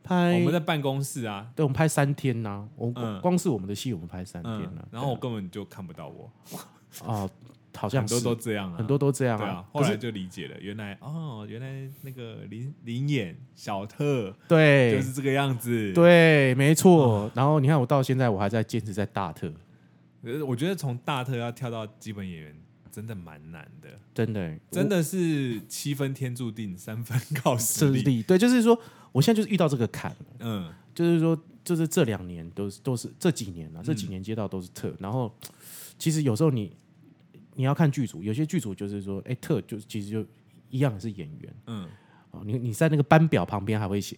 A: 拍
B: 我们在办公室啊，
A: 对，我们拍三天呐、我、
B: 嗯
A: 光是我们的戏，我们拍三天啊呐、
B: 嗯，然后我根本就看不到我，
A: 对啊、好像
B: 很多
A: 是
B: 都这样啊，
A: 很多都这样
B: 对
A: 啊
B: 啊。。后
A: 可
B: 来
A: 是
B: 就理解了，原来哦，原来那个林林演小特
A: 对、
B: 就是哦这个样子。
A: 对，没错、然后你看，我到现在我还在坚持在大特，
B: 呃，我觉得从大特要跳到基本演员真的蛮难的，
A: 真的
B: 真
A: 的
B: 的是七分天注定，三分靠
A: 是
B: 实力。
A: 力。对，就是说，我现在就是遇到这个坎，
B: 嗯，
A: 就是说，就是这两年都是都是这几年
B: 嗯
A: 啊，这几年接到都是特，然后其实有时候你你要看剧组，有些剧组就是说，哎，特就其实就一样是演员。
B: 嗯，
A: 哦，你你在那个班表旁边还会写，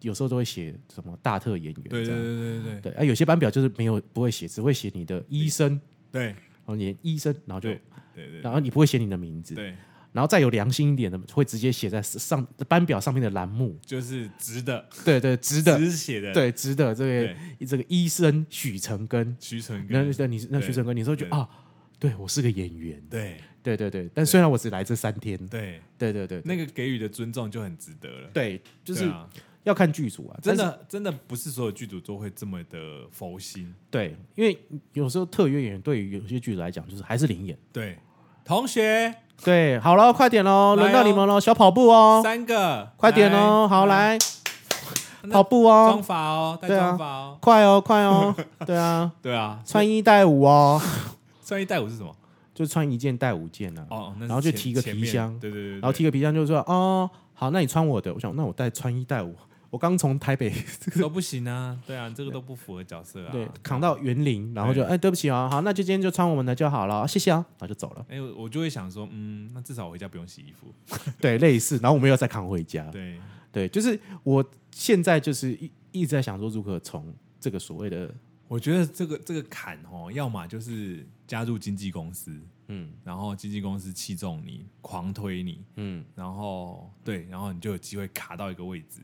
A: 有时候都会写什么大特演员这
B: 对
A: 样，
B: 对对对对
A: 对啊，有些班表就是没有不会写，只会写你的医生，
B: 对
A: 哦，你的医生，然后就
B: 对对
A: 然后你不会写你的名字，
B: 对，
A: 然后再有良心一点的会直接写在上班表上面的栏目，
B: 就是直的
A: 对对，直的，
B: 直写的，
A: 对直的这个这个医生许成根，
B: 徐成
A: 那
B: 跟
A: 那你那
B: 对
A: 许成根，你说就
B: 对
A: 啊，对我是个演员，
B: 对
A: 对对对，但虽然我只来这三天，
B: 对，
A: 对对对，
B: 那个给予的尊重就很值得了。
A: 对就是
B: 对啊
A: 要看剧组啊，但
B: 真
A: 是
B: 的真的不是所有剧组都会这么的佛心。
A: 对，因为有时候特约演员对于有些剧组来讲，就是还是零演。
B: 对，同学
A: 对，好了，快点喽，
B: 来哦
A: 轮到你们喽，小跑步哦，
B: 三个，
A: 快点哦，好来，
B: 那
A: 跑步
B: 来，装
A: 哦，
B: 法哦，带
A: 对啊
B: 装法哦。
A: 快哦，快 哦，对啊，
B: 对啊，
A: 穿一带五哦，
B: 穿衣带舞是什么？
A: 就穿一件带五件啊，
B: 哦，那是
A: 然后就
B: 前
A: 提个
B: 前
A: 皮
B: 面
A: 箱
B: 对对对，对
A: 然后提个皮箱就说哦，好，那你穿我的，我想那我带穿一带五，我刚从台 北
B: 都不行啊，对啊，这个都不符合角色啊。
A: 对 扛到园林，然后就
B: 对
A: 哎对不起啊，好，那就今天就穿我们的就好了，谢谢啊，然后就走了，
B: 哎，我就会想说，嗯，那至少我回家不用洗衣服。
A: 对，类似，然后我们又再扛回家，
B: 对，
A: 对，就是我现在就是一一直在想说如何从这个所谓的
B: 我觉得这个这个坎哦，要么就是加入经纪公司，
A: 嗯
B: 然后经纪公司器重你，狂推你，
A: 嗯
B: 然后对，然后你就有机会卡到一个位置，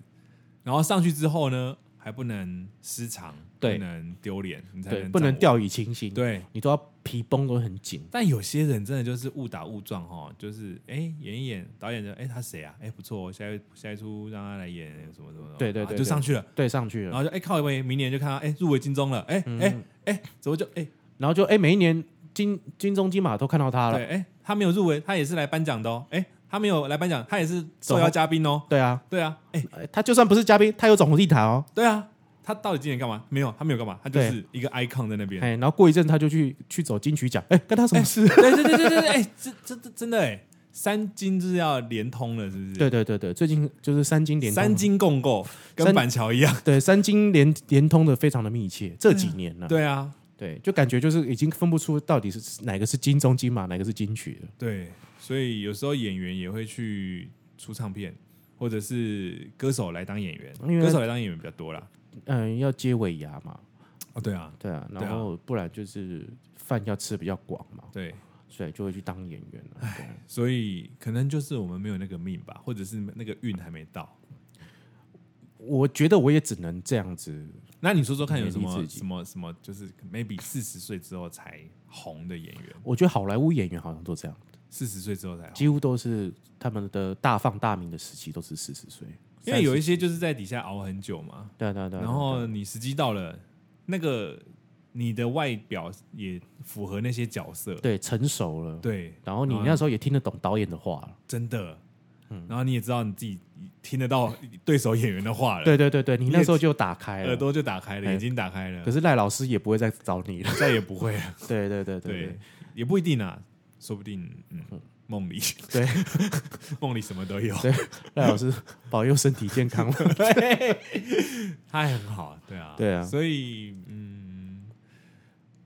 B: 然后上去之后呢，还不能失常，
A: 对
B: 不能丢脸，你才
A: 对
B: 能
A: 不能
B: 站稳。
A: 掉以轻心，
B: 对，
A: 你都要皮绷都很紧，
B: 但有些人真的就是误打误撞哈，就是哎演一演，导演就哎他谁啊？哎不错哦，下一下一出让他来演什么什么什么，
A: 对对
B: 然后
A: 对
B: 就
A: 对
B: 上去了，
A: 对上去
B: 然
A: 了，
B: 后就哎靠一明年就看到哎入围金钟了，哎
A: 嗯
B: 哎哎怎么就哎
A: 然后就哎每一年金金钟金马都看到他了，
B: 对哎他没有入围，他也是来颁奖的哦，哎他没有来颁奖，他也是受邀嘉宾哦，
A: 对啊，
B: 对啊，哎
A: 哎他就算不是嘉宾，他有走红地毯哦，
B: 对啊，他到底今年干嘛？没有，他没有干嘛，他就是一个 icon 在那边。
A: 哎，然后过一阵他就去去走金曲奖，哎，跟他什么事？
B: 对对对对对对，哎、这这这真的哎、三金就是要连通了，是不是？
A: 对对对对，最近就是三金联通
B: 三金共购跟
A: 三
B: 板桥一样。
A: 对三金联联通的非常的密切，这几年了、
B: 对啊，
A: 对，就感觉就是已经分不出到底是哪个是金钟金马，哪个是金曲了。
B: 对，所以有时候演员也会去出唱片，或者是歌手来当演员，
A: 因为
B: 歌手来当演员比较多啦。
A: 嗯，要接尾牙嘛，
B: 哦，对啊，
A: 对啊，
B: 对
A: 然
B: 啊
A: 后不然就是饭要吃比较广嘛，
B: 对，
A: 所以就会去当演员了。对啊
B: 所以可能就是我们没有那个命吧，或者是那个运还没到。
A: 我觉得我也只能这样子。
B: 那你说说看，有什
A: 勉励
B: 么
A: 自己
B: 什么什么，就是 maybe 四十岁之后才红的演员，
A: 我觉得好莱坞演员好像都这样，
B: 四十岁之后才红，
A: 几乎都是他们的大放大名的时期都是四十岁，
B: 因为有一
A: 30
B: 些就是在底下熬很久嘛，
A: 对啊对啊对啊，
B: 然后你时机到了，那个你的外表也符合那些角色，
A: 对啊成熟了，
B: 对，
A: 然后你那时候也听得懂导演的话了。
B: 真的，
A: 嗯
B: 然后你也知道你自己听得到对手演员的话了，
A: 对对对对，你
B: 你
A: 那
B: 也
A: 时候就打开了
B: 耳，朵就打开了，
A: 哎
B: 眼睛打开了
A: 可，是赖老师也不会再找你了。
B: 再也不会了，
A: 对对对
B: 对
A: 对，
B: 也不一定啊，说不定嗯，梦里
A: 对，
B: 梦里什么都有，
A: 对，赖老师保佑身体健康。
B: 他还很好，对啊，
A: 对啊
B: 所以嗯，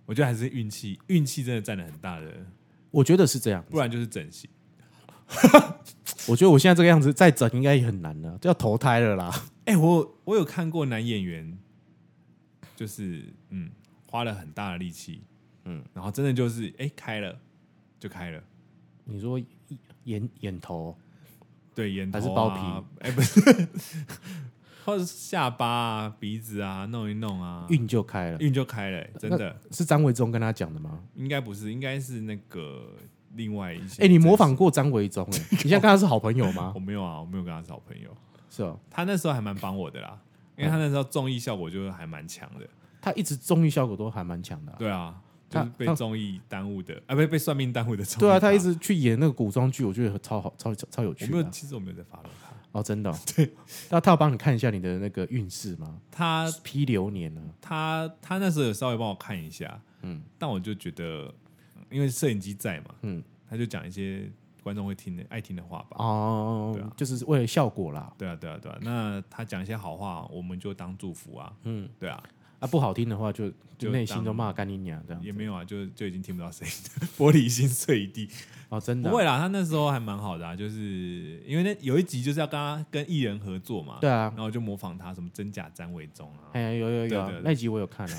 B: 我觉得还是运气，运气真的占了很大的，
A: 我觉得是这样。
B: 不然就是整形。
A: 我觉得我现在这个样子再整应该也很难了，就要投胎了啦。
B: 哎、我我有看过男演员，就是嗯，花了很大的力气，嗯
A: 嗯，
B: 然后真的就是哎、开了就开了，
A: 你说眼眼头
B: 对，眼头、啊、
A: 还是包皮，
B: 哎、不是，或者是下巴啊、鼻子啊弄一弄啊，
A: 运就开了，
B: 运就开了、真的
A: 是张维忠跟他讲的吗？
B: 应该不是，应该是那个另外一些。
A: 哎、你模仿过张维忠、 哎，你现在跟他是好朋友 吗
B: 我？没有啊，我没有跟他是好朋友，
A: 是哦，
B: 他那时候还蛮帮我的啦，因为他那时候综艺效果就是还蛮强的，
A: 他一直综艺效果都还蛮强的啊、
B: 对啊。就
A: 他
B: 是被
A: 他
B: 综艺耽误的啊，被被算命耽误的综艺。
A: 对啊，他一直去演那个古装剧，我觉得超好、超超有
B: 我
A: 趣
B: 没
A: 的
B: 有，
A: 啊、
B: 其实我没有在发了他。
A: 哦，真 的、哦。对，那他有帮你看一下你的那个运势吗？
B: 他
A: 批流年啊，
B: 他他那时候有稍微帮我看一下，嗯
A: 嗯，
B: 但我就觉得，嗯因为摄影机在嘛，
A: 嗯，
B: 他就讲一些观众会听的爱听的话吧。
A: 哦、
B: 对啊
A: 就是为了效果啦。
B: 对啊，对啊，对啊。那他讲一些好话，我们就当祝福啊。
A: 嗯，
B: 对啊，
A: 啊，不好听的话就
B: 就
A: 就内心
B: 当
A: 都骂干你娘这样
B: 也
A: 子。
B: 没有啊，就就已经听不到声音， 玻璃心碎一地。
A: 哦，真的
B: 不
A: 啊、
B: 会啦，他那时候还蛮好的啊，就是因为那有一集就是要跟他跟艺人合作嘛，
A: 对啊
B: 然，后我就模仿他什么真假詹伟忠啊，
A: 哎，有有有
B: 对对
A: 啊
B: 对，
A: 那集我有 看啊。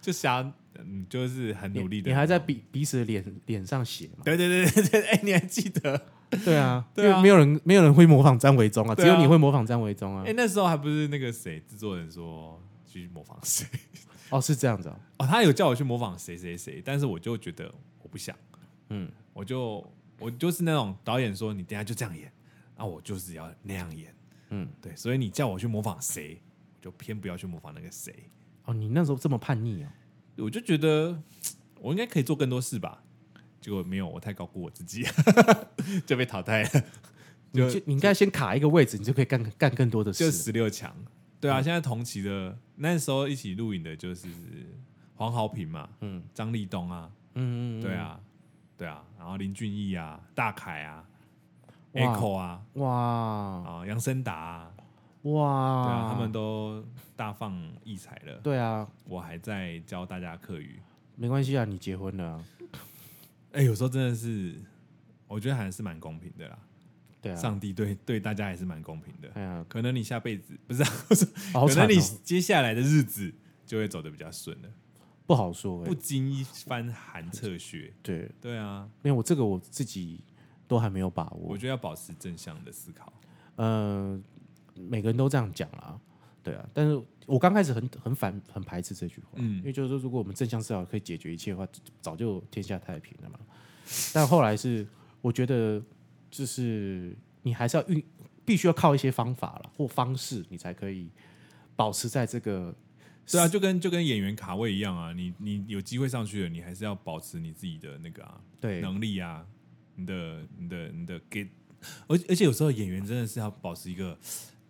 B: 就瞎嗯，就是很
A: 你
B: 努力的。
A: 你还在彼彼此的脸脸上写嘛？
B: 对对对对对，哎、你还记得？
A: 对啊，
B: 对
A: 因
B: 啊
A: 为没有人没有人会模仿张维忠啊，
B: 对
A: 只
B: 啊
A: 有你会模仿张维忠啊
B: 哎、。那时候还不是那个谁制作人说去模仿谁
A: 哦，是这样子哦。
B: 哦，他有叫我去模仿谁谁谁，但是我就觉得我不想，
A: 嗯，
B: 我就我就是那种导演说你等一下就这样演，啊，我就是要那样演，
A: 嗯，
B: 对，所以你叫我去模仿谁，我就偏不要去模仿那个谁，
A: 哦，你那时候这么叛逆哦。
B: 我就觉得嘖我应该可以做更多事吧，结果没有，我太高估我自己， 就被淘汰了，
A: 你就你应该先卡一个位置，你就可以干干更多的
B: 就
A: 事。
B: 十六强。对
A: 嗯
B: 啊，现在同期的那时候一起录影的就是黄豪平嘛，
A: 嗯
B: 张立东啊，
A: 嗯，嗯
B: 对，啊，对啊，然后林俊逸啊，大凯啊
A: 哇
B: ，Echo 啊，
A: 嗯哇
B: 啊，杨森达啊，对
A: 哇，
B: 啊，他们都大放异彩了。
A: 对啊，
B: 我还在教大家课语，
A: 没关系啊，你结婚了啊，
B: 哎，有时候真的是，我觉得还是蛮公平的啦。
A: 对啊，
B: 上帝对对大家还是蛮公平的，
A: 哎呀，
B: 可能你下辈子不是啊，
A: 好
B: 可
A: 惨
B: 能你
A: 哦，
B: 接下来的日子就会走得比较顺了。
A: 不好说
B: 不
A: 哎。
B: 经一番寒彻 雪。
A: 对，
B: 对啊，
A: 因为我这个我自己都还没有把握
B: 我。觉得要保持正向的思考。
A: 呃，每个人都这样讲啦，对啊，但是我刚开始很很反很排斥这句话，
B: 嗯
A: 因为就是说，如果我们正向思考可以解决一切的话，早就天下太平了嘛。但后来是，我觉得就是你还是要运，必须要靠一些方法了或方式，你才可以保持在这个
B: 对啊，就跟就跟演员卡位一样啊，你你有机会上去了，你还是要保持你自己的那个啊
A: 对
B: 能力啊，你的你的你的给，而而且有时候演员真的是要保持一个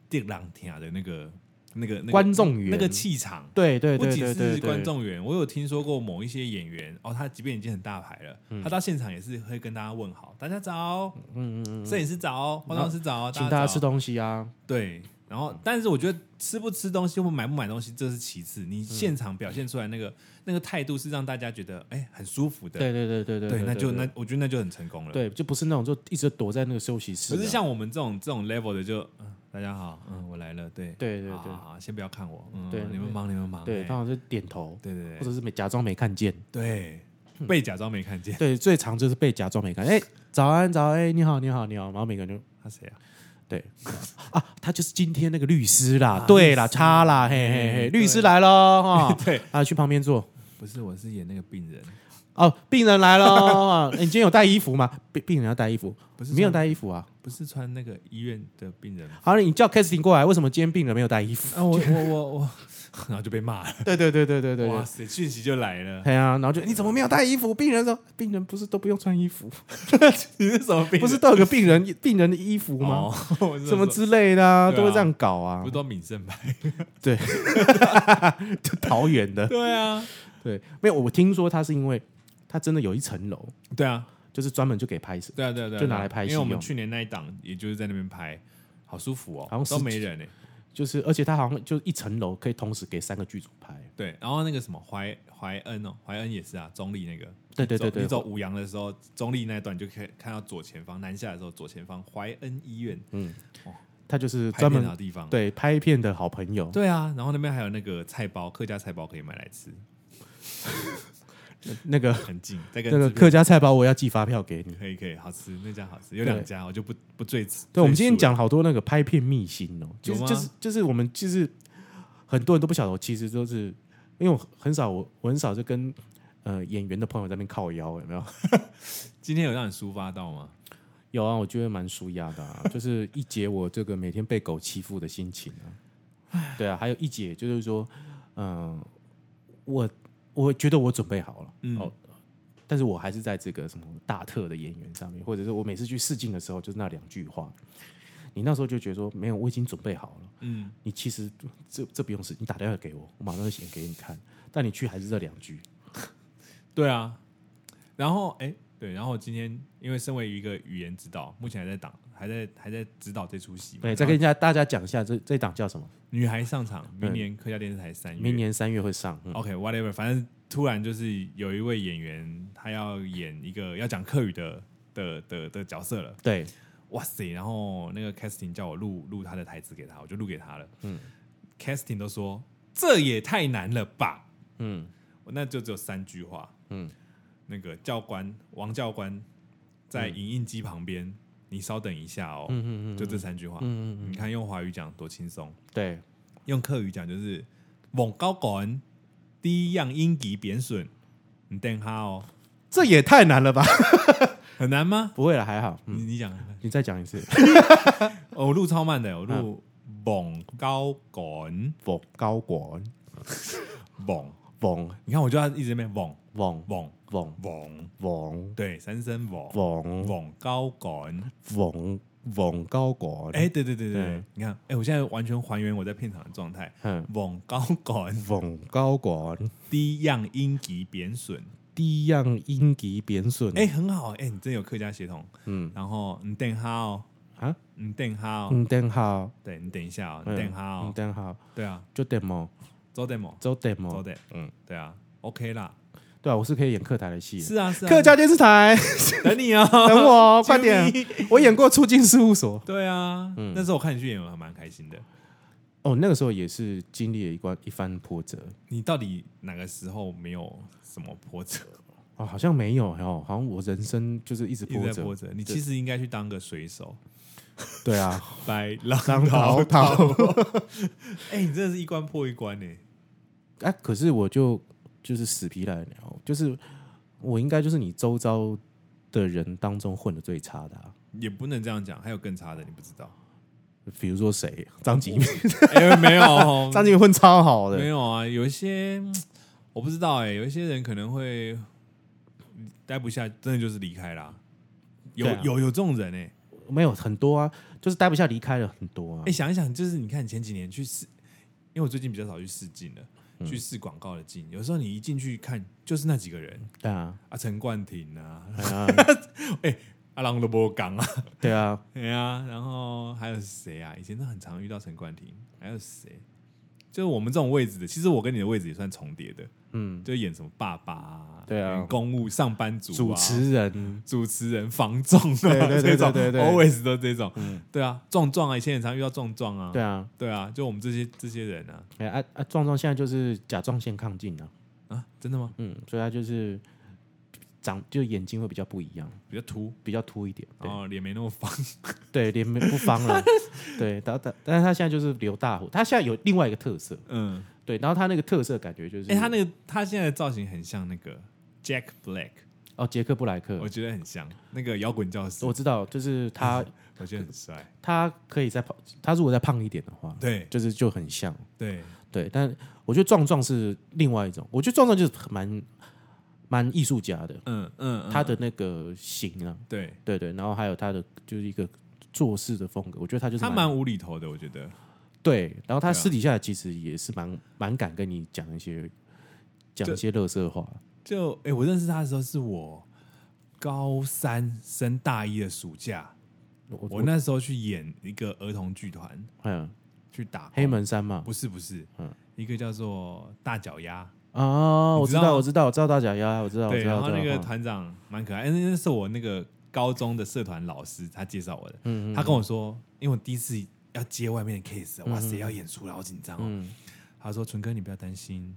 B: 电浪天的那个那个那个
A: 观众缘
B: 那个气场。
A: 对对
B: 不
A: 对
B: 仅
A: 对
B: 是
A: 对
B: 观
A: 对，
B: 众缘，我有听说过某一些演员哦，他即便已经很大牌了，他到现场也是会跟大家问好，大家早，
A: 嗯嗯嗯，
B: 摄影师早，化妆师早，
A: 请大家
B: 早
A: 吃东西啊，
B: 对，然后但是我觉得吃不吃东西或买不买东西这是其次，你现场表现出来那个、那个态度是让大家觉得哎很舒服的，
A: 嗯对对对对对对，
B: 那就那我觉得那就很成功了。，
A: 对就不是那种就一直躲在那个休息室
B: 可
A: 啊，
B: 是像我们这种这种 level 的就，嗯，大家好，嗯，我来了，对，
A: 对对
B: 好
A: 对
B: 好好先不要看我，嗯，
A: 对
B: 你们忙你们忙，
A: 对，
B: 哎
A: 通常是点头，
B: 对对
A: 或
B: 对
A: 者是没假装没看见。
B: 对， 被假装没看见，
A: 对，最常就是被假装没看见。哎、早安，早安，哎、你好，你好，你好。然后每个人就
B: 他谁啊？
A: 对 啊，他就是今天那个律师啦，
B: 啊
A: 对啦，
B: 律师
A: 他啦，嘿
B: 嗯
A: 嘿嘿，
B: 对。
A: 律师来喽哈
B: 对，
A: 啊，去旁边坐。
B: 不是，我是演那个病人，
A: 哦，病人来喽、啊你今天有带衣服吗？病病人要带衣服，
B: 不是
A: 没有
B: 穿，
A: 带衣服啊。
B: 不是穿那个医院的病人吗。
A: 好，你叫 k a s t i n 过来，为什么今天病人没有带衣服？
B: 啊，我我我我， 然后就被骂了，
A: 对对对对对对
B: 哇
A: 对。
B: 塞，讯息就来了。
A: 哎呀、然后就你怎么没有带衣服？病人说，病人不是都不用穿衣服，
B: 你是什么 病人？
A: 不是都有个病人病人的衣服吗？
B: 哦，
A: 什
B: 什
A: 么之类的、啊，
B: 对啊
A: 都会这样搞啊
B: 不是。都敏胜牌？
A: 桃园的，
B: 对啊，
A: 对，没有，我听说他是因为他真的有一层楼，
B: 对啊，
A: 就是专门就给拍摄，
B: 对啊，对啊，对啊
A: 就拿来拍戏
B: 因为我们
A: 用
B: 去年那一档也就是在那边拍，好舒服哦，
A: 好像
B: 都
A: 十
B: 没人哎，
A: 就是而且它好像就一层楼可以同时给三个剧组拍。
B: 对，然后那个什么怀怀恩哦，怀恩也是啊，中立那个。
A: 对对对
B: 走
A: 对，
B: 你走五羊的时候，中立那一段你就可以看到左前方南下的时候，左前方怀恩医院
A: 他就是嗯
B: 拍
A: 专
B: 片的
A: 门
B: 地方。
A: 对拍片的好朋 友，
B: 对啊，然后那边还有那个菜包，客家菜包可以买来吃，
A: 那个
B: 很近。再跟
A: 那个
B: 这边
A: 客家菜包我要寄发票给你。
B: 可以可以好吃，那家好吃，有两家我就不不赘词。
A: 对，我们今天
B: 赘述了
A: 讲好多那个拍片秘辛哦、就
B: 有
A: 是
B: 吗
A: 就是就是我们就是很多人都不晓得，我其实都是因为我很少我我很少就跟呃演员的朋友在那边靠腰，有没有？
B: 今天有让你抒发到吗？
A: 有啊，我觉得蛮舒压的、啊，就是一解我这个每天被狗欺负的心情啊。对啊，还有一解就是说，嗯、我我觉得我准备好了，
B: 嗯
A: 哦，但是我还是在这个什么大特的演员上面，或者是我每次去试镜的时候，就是那两句话，你那时候就觉得说没有，我已经准备好了。
B: 嗯，
A: 你其实这这不用试，你打电话给我，我马上就写给你看。但你去还是这两句，
B: 对啊。然后哎、对，然后今天因为身为一个语言指导，目前还在导，还在还在指导这出戏嘛。
A: 对，哎再
B: 然后
A: 跟大家大家讲一下这这档叫什么？
B: 女孩上场，
A: 对
B: 明年客家电视台三月。
A: 明年三月会上。嗯
B: OK，whatever，、反正突然就是有一位演员，他要演一个要讲客语的的的的角色了，
A: 对，
B: 哇塞！然后那个 casting 叫我录录他的台词给他，我就录给他了。嗯，casting 都说这也太难了吧，
A: 嗯，
B: 我那就只有三句话。
A: 嗯
B: 嗯，那个教官王教官在影印机旁边，你稍等一下哦。
A: 嗯嗯嗯嗯
B: 就这三句话。
A: 嗯嗯嗯，
B: 你看用华语讲多轻松，
A: 对，
B: 用客语讲就是“猛高管第一样英级贬损”，你等他哦，
A: 这也太难了吧？
B: 很难吗？
A: 不会了，还好。嗯，
B: 你你讲，
A: 你再讲一次。
B: 哦我录超慢的，我录“猛高管
A: 冯高管，
B: 猛
A: 冯”，
B: 你看我就要一直在那边“猛
A: 冯
B: 猛
A: 冯
B: 猛
A: 冯”，
B: 对，三声“猛
A: 冯
B: 猛高管
A: 冯冯高管”。，
B: 哎，对对对对
A: 对
B: 对，你看，哎，我现在完全还原我在片场的状态，“
A: 嗯，
B: 猛高管
A: 冯高管，
B: 第一样英级贬损”，
A: 低样英吉贬损。
B: 哎，，很好，哎，你真有客家血统。
A: 嗯
B: 然后你等他哦，
A: 啊，
B: 你等他哦，
A: 嗯，等好，
B: 对你等一下哦，你
A: 嗯
B: 等他
A: 嗯
B: 哦，
A: 等好，
B: 对啊，
A: 就 demo，
B: 周 demo，
A: 走 demo，
B: 周 d
A: 嗯
B: 嗯，对啊，OK 啦，
A: 对啊，我是可以演客台的戏的。
B: 是啊是啊，
A: 客家电视台，
B: 等你 哦，
A: 等我哦，
B: 啾咪
A: 快点！我演过《出境事务所》
B: 对啊，
A: 嗯
B: 那时候我看你去演，我还蛮开心的。
A: 哦，那个时候也是经历了一关一番波折
B: 你到底哪个时候没有什么波折？
A: 哦，好像没有哦，好像我人生就是一直
B: 一直
A: 波
B: 在
A: 折，
B: 波折，你其实应该去当个 水手，
A: 对啊，
B: 白浪
A: 当淘
B: 淘
A: 淘
B: 哎，你真的是一关破一关呢。
A: 啊，可是我就就是死皮赖脸，哦就是我应该就是你周遭的人当中混的最差的、啊，
B: 也不能这样讲，还有更差的，你不知道？
A: 比如说谁，张吉明，
B: 哎，没 有哦，
A: 张吉明混超好
B: 没
A: 的，
B: 有啊，有一些嗯我不知道哎、有一些人可能会嗯待不下，真的就是离开啦。有、
A: 对啊
B: 有有这种人哎、欸，
A: 没有很多啊，就是待不下离开了很多啊
B: 哎、，想一想，就是你看前几年去试，因为我最近比较少去试镜了，
A: 嗯
B: 去试广告的镜，有时候你一进去看，就是那几个人
A: 对 啊，
B: 啊，陈冠廷啊，
A: 哎呀
B: 阿郎罗伯刚啊，
A: 对 啊，
B: 对啊，然后还有谁啊？以前都很常遇到陈冠廷，还有谁？就是我们这种位置的，其实我跟你的位置也算重叠的，
A: 嗯，
B: 就演什么爸爸、啊，
A: 对啊
B: 演公务上班族、啊、嗯
A: 主、持人，
B: 主持人、房仲啊，
A: 对对对
B: 这种
A: 对对对
B: ，always 都这种，
A: 嗯
B: 对啊，壮壮啊，以前也常遇到壮壮啊，
A: 对啊，
B: 对啊，就我们这些这些人啊，
A: 哎啊啊，壮壮现在就是甲状腺亢进啊，
B: 啊，真的吗？
A: 嗯，所以他就是长就眼睛会比较不一样，
B: 比较秃，
A: 比较凸一点，对
B: 然后脸没那 么方，
A: 对，脸没不方 了，对，但但但是他现在就是留大胡，他现在有另外一个特色，
B: 嗯，
A: 对，然后他那个特色感觉就是，
B: 哎，他那个他现在的造型很像那个 Jack Black，
A: 哦，杰克布莱克
B: 我，觉得很像那个摇滚教师，
A: 我知道，就是他
B: 我觉得很帅，
A: 他可以再胖，他如果再胖一点的话，
B: 对
A: 就是就很像，
B: 对，
A: 对，但我觉得壮壮是另外一种，我觉得壮壮就是蛮蛮艺术家的，
B: 嗯嗯，嗯
A: 他的那个型啊，
B: 对。
A: 对对，然后还有他的就是一个做事的风格，我觉得他就是
B: 他蛮无厘头的，我觉得
A: 对，然后他
B: 对啊
A: 私底下其实也是蛮蛮敢跟你讲一些讲一
B: 这
A: 些乐色话，
B: 就哎、我认识他的时候是我高三升大一的暑假，
A: 我
B: 我那时候去演一个儿童剧团，
A: 嗯
B: 去打工
A: 黑门山嘛，
B: 不是不是，
A: 嗯
B: 一个叫做大脚丫，
A: 啊，我
B: 你
A: 知
B: 知
A: 道，
B: 道
A: 我知道，我知道大脚丫，我知道，我
B: 对，
A: 知道。
B: 然后那个
A: 我知道
B: 团长蛮可爱，哎那那是我那个高中的社团老师，他介绍我的，
A: 嗯
B: 他跟我说，因为我第一次要接外面的 case，哇塞，要演出了，好紧张哦。
A: 嗯
B: 他说：“纯哥，你不要担心，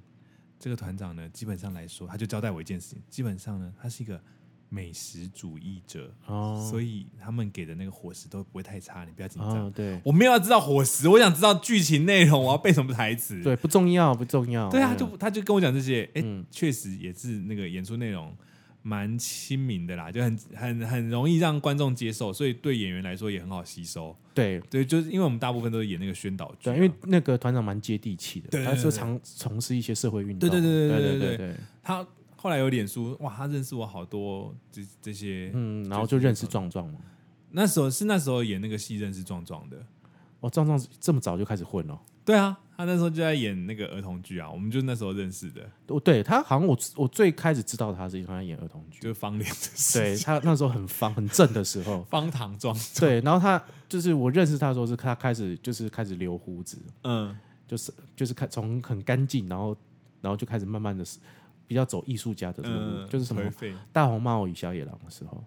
B: 这个团长呢，基本上来说，他就交代我一件事情，基本上呢，他是一个美食主义者，
A: 哦
B: 所以他们给的那个伙食都不会太差，你不要紧张。
A: 啊，对
B: 我没有要知道伙食，我想知道剧情内容，我要背什么台词。
A: 对，不重要，不重要。
B: 对啊，
A: 嗯
B: 就他就跟我讲这些，哎、
A: 嗯
B: 确实也是那个演出内容蛮亲民的啦，就很很很容易让观众接受，所以对演员来说也很好吸收。
A: 对
B: 对，就是因为我们大部分都是演那个宣导剧啊、
A: 对，因为那个团长蛮接地气的，
B: 对对
A: 他是
B: 对
A: 常从事一些社会运动嘛。
B: 对对
A: 对
B: 对
A: 对
B: 对对
A: 对。
B: 他后来有脸书，哇，他认识我好多这这啊些。
A: 嗯，然后就认识壮壮嘛。
B: 那时候是那时候演那个戏认识壮壮的，
A: 哦，壮壮这么早就开始混哦。
B: 对啊，他那时候就在演那个儿童剧啊，我们就那时候认识的，
A: 哦，对他好像我我最开始知道他是因为他演儿 童剧，
B: 就是方脸的事，，
A: 对他那时候很方很正的时候
B: 方糖壮，
A: 对，然后他就是我认识他的时候是他开始就是开始留胡子，
B: 嗯，
A: 就是就是看从很干净，然后然后就开始慢慢的比较走艺术家的路，
B: 嗯，
A: 就是什么
B: 颓废
A: 大红帽与小野狼的时候，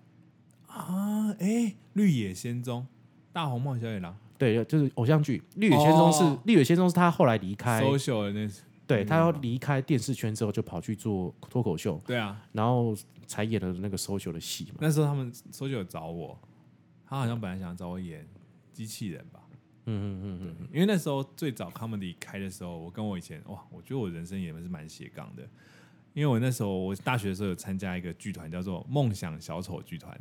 B: 啊，哎，绿野仙踪、大红帽、小野狼、
A: 对，就是偶像剧《绿野仙踪》是
B: 哦
A: 《绿野仙踪》是他后来离开，
B: social 的那，
A: 对他
B: 嗯
A: 要离开电视圈之后就跑去做脱口秀，
B: 对啊，
A: 然后才演了那个 social 的戏嘛，
B: 那时候他们 social 有找我，他好像本来想找我演机器人吧，
A: 嗯嗯嗯
B: 因为那时候最早 comedy 开的时候，我跟我以前哇，我觉得我人生也是蛮斜杠的，因为我那时候我大学的时候有参加一个剧团叫做梦想小丑剧团，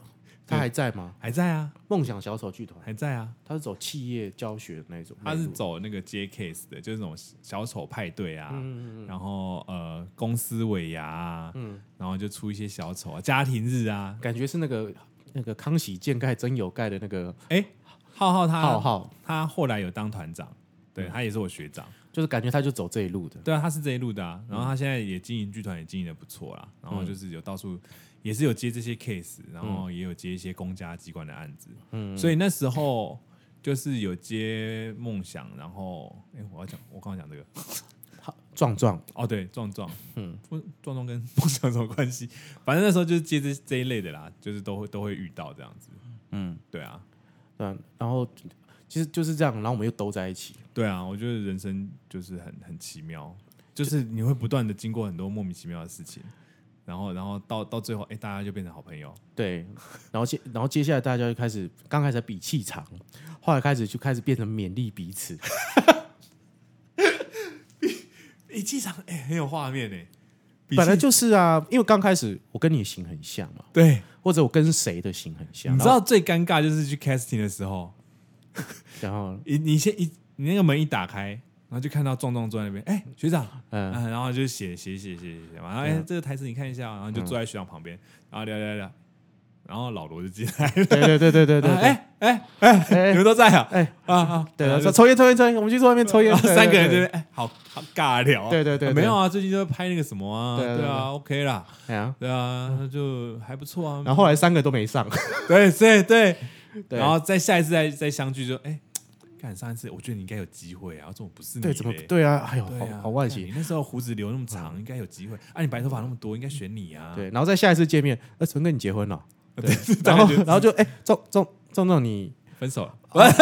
A: 嗯，他还在吗？
B: 还在啊，
A: 梦想小丑剧团，
B: 还在啊，
A: 他是走企业教学的那种，
B: 他
A: 那
B: 是
A: 种
B: 走那个接 case 的，就是那种小丑派对啊，
A: 嗯嗯嗯
B: 然后呃公司尾牙啊，
A: 嗯，
B: 然后就出一些小丑啊，家庭日啊，
A: 感觉是那个那个康熙建盖真有盖的那个
B: 哎，浩浩他
A: 浩浩，
B: 他后来有当团长，对他也是我学长。
A: 就是感觉他就走这一路的，
B: 对啊，他是这一路的啊，然后他现在也经营剧团，也经营的不错啦。然后就是有到处也是有接这些 case，然后也有接一些公家机关的案子。
A: 嗯
B: 嗯，所以那时候就是有接梦想，然后哎、我要讲，我刚刚讲这个
A: 壮壮，
B: 哦，对，壮壮，
A: 嗯
B: 嗯，壮壮跟梦想有什么关系？反正那时候就是接这这一类的啦，就是都会都会遇到这样子。
A: 嗯。
B: 对啊，
A: 对啊、然后其实就是这样，然后我们又都在一起。
B: 对啊，我觉得人生就是很很奇妙，就是你会不断的经过很多莫名其妙的事情，然后然后到到最后，哎、大家就变成好朋友。
A: 对，然后接然后接下来大家就开始，刚开始比气场，后来开始就开始变成勉励彼 此。
B: 哎、机场哎、很有画面哎、比
A: 本来
B: 起
A: 就是啊，因为刚开始我跟你型很像嘛，
B: 对，
A: 或者我跟谁的型很像，
B: 你知道最尴尬就是去 casting 的时候，
A: 然后？然后
B: 你你先一你那个门一打开，然后就看到壮壮坐在那边，哎、学长，
A: 嗯、
B: 嗯，然后就写写写写写嘛，然后哎、这个台词你看一下，然
A: 嗯
B: 后就坐在学长旁边，然后聊聊聊，然后老罗就进来了，
A: 对对对对对对，对
B: 哎哎哎
A: 哎
B: 哎，你们都在啊，
A: 哎
B: 啊啊，
A: 对对，
B: 然后
A: 说抽烟抽烟抽烟，我们去外面 抽烟，
B: 然后
A: 对
B: 三个人就
A: 对
B: 是哎，好好尬聊啊，
A: 对对对对
B: 啊没有啊，最近就在拍那个什么啊，
A: 对对
B: 对啊，OK 啦，
A: 对 啊。
B: 对啊，那就还不错啊，
A: 然后后来三个都没上，
B: 对对对，
A: 对
B: 然后再下一次再再相聚就哎，看上一次我觉得你应该有机会啊，怎么不是你嘞？
A: 对，怎么对啊？哎呦，
B: 对啊
A: 好好惋
B: 干
A: 惜。
B: 你那时候胡子留那么长，应该有机会啊，你白头发那么多，应该选你啊，
A: 对，然后再下一次见面，呃，纯哥你结婚了，
B: 对，
A: 然
B: 然
A: 后
B: 后
A: 然后就哎，壮壮壮壮你
B: 分手 了，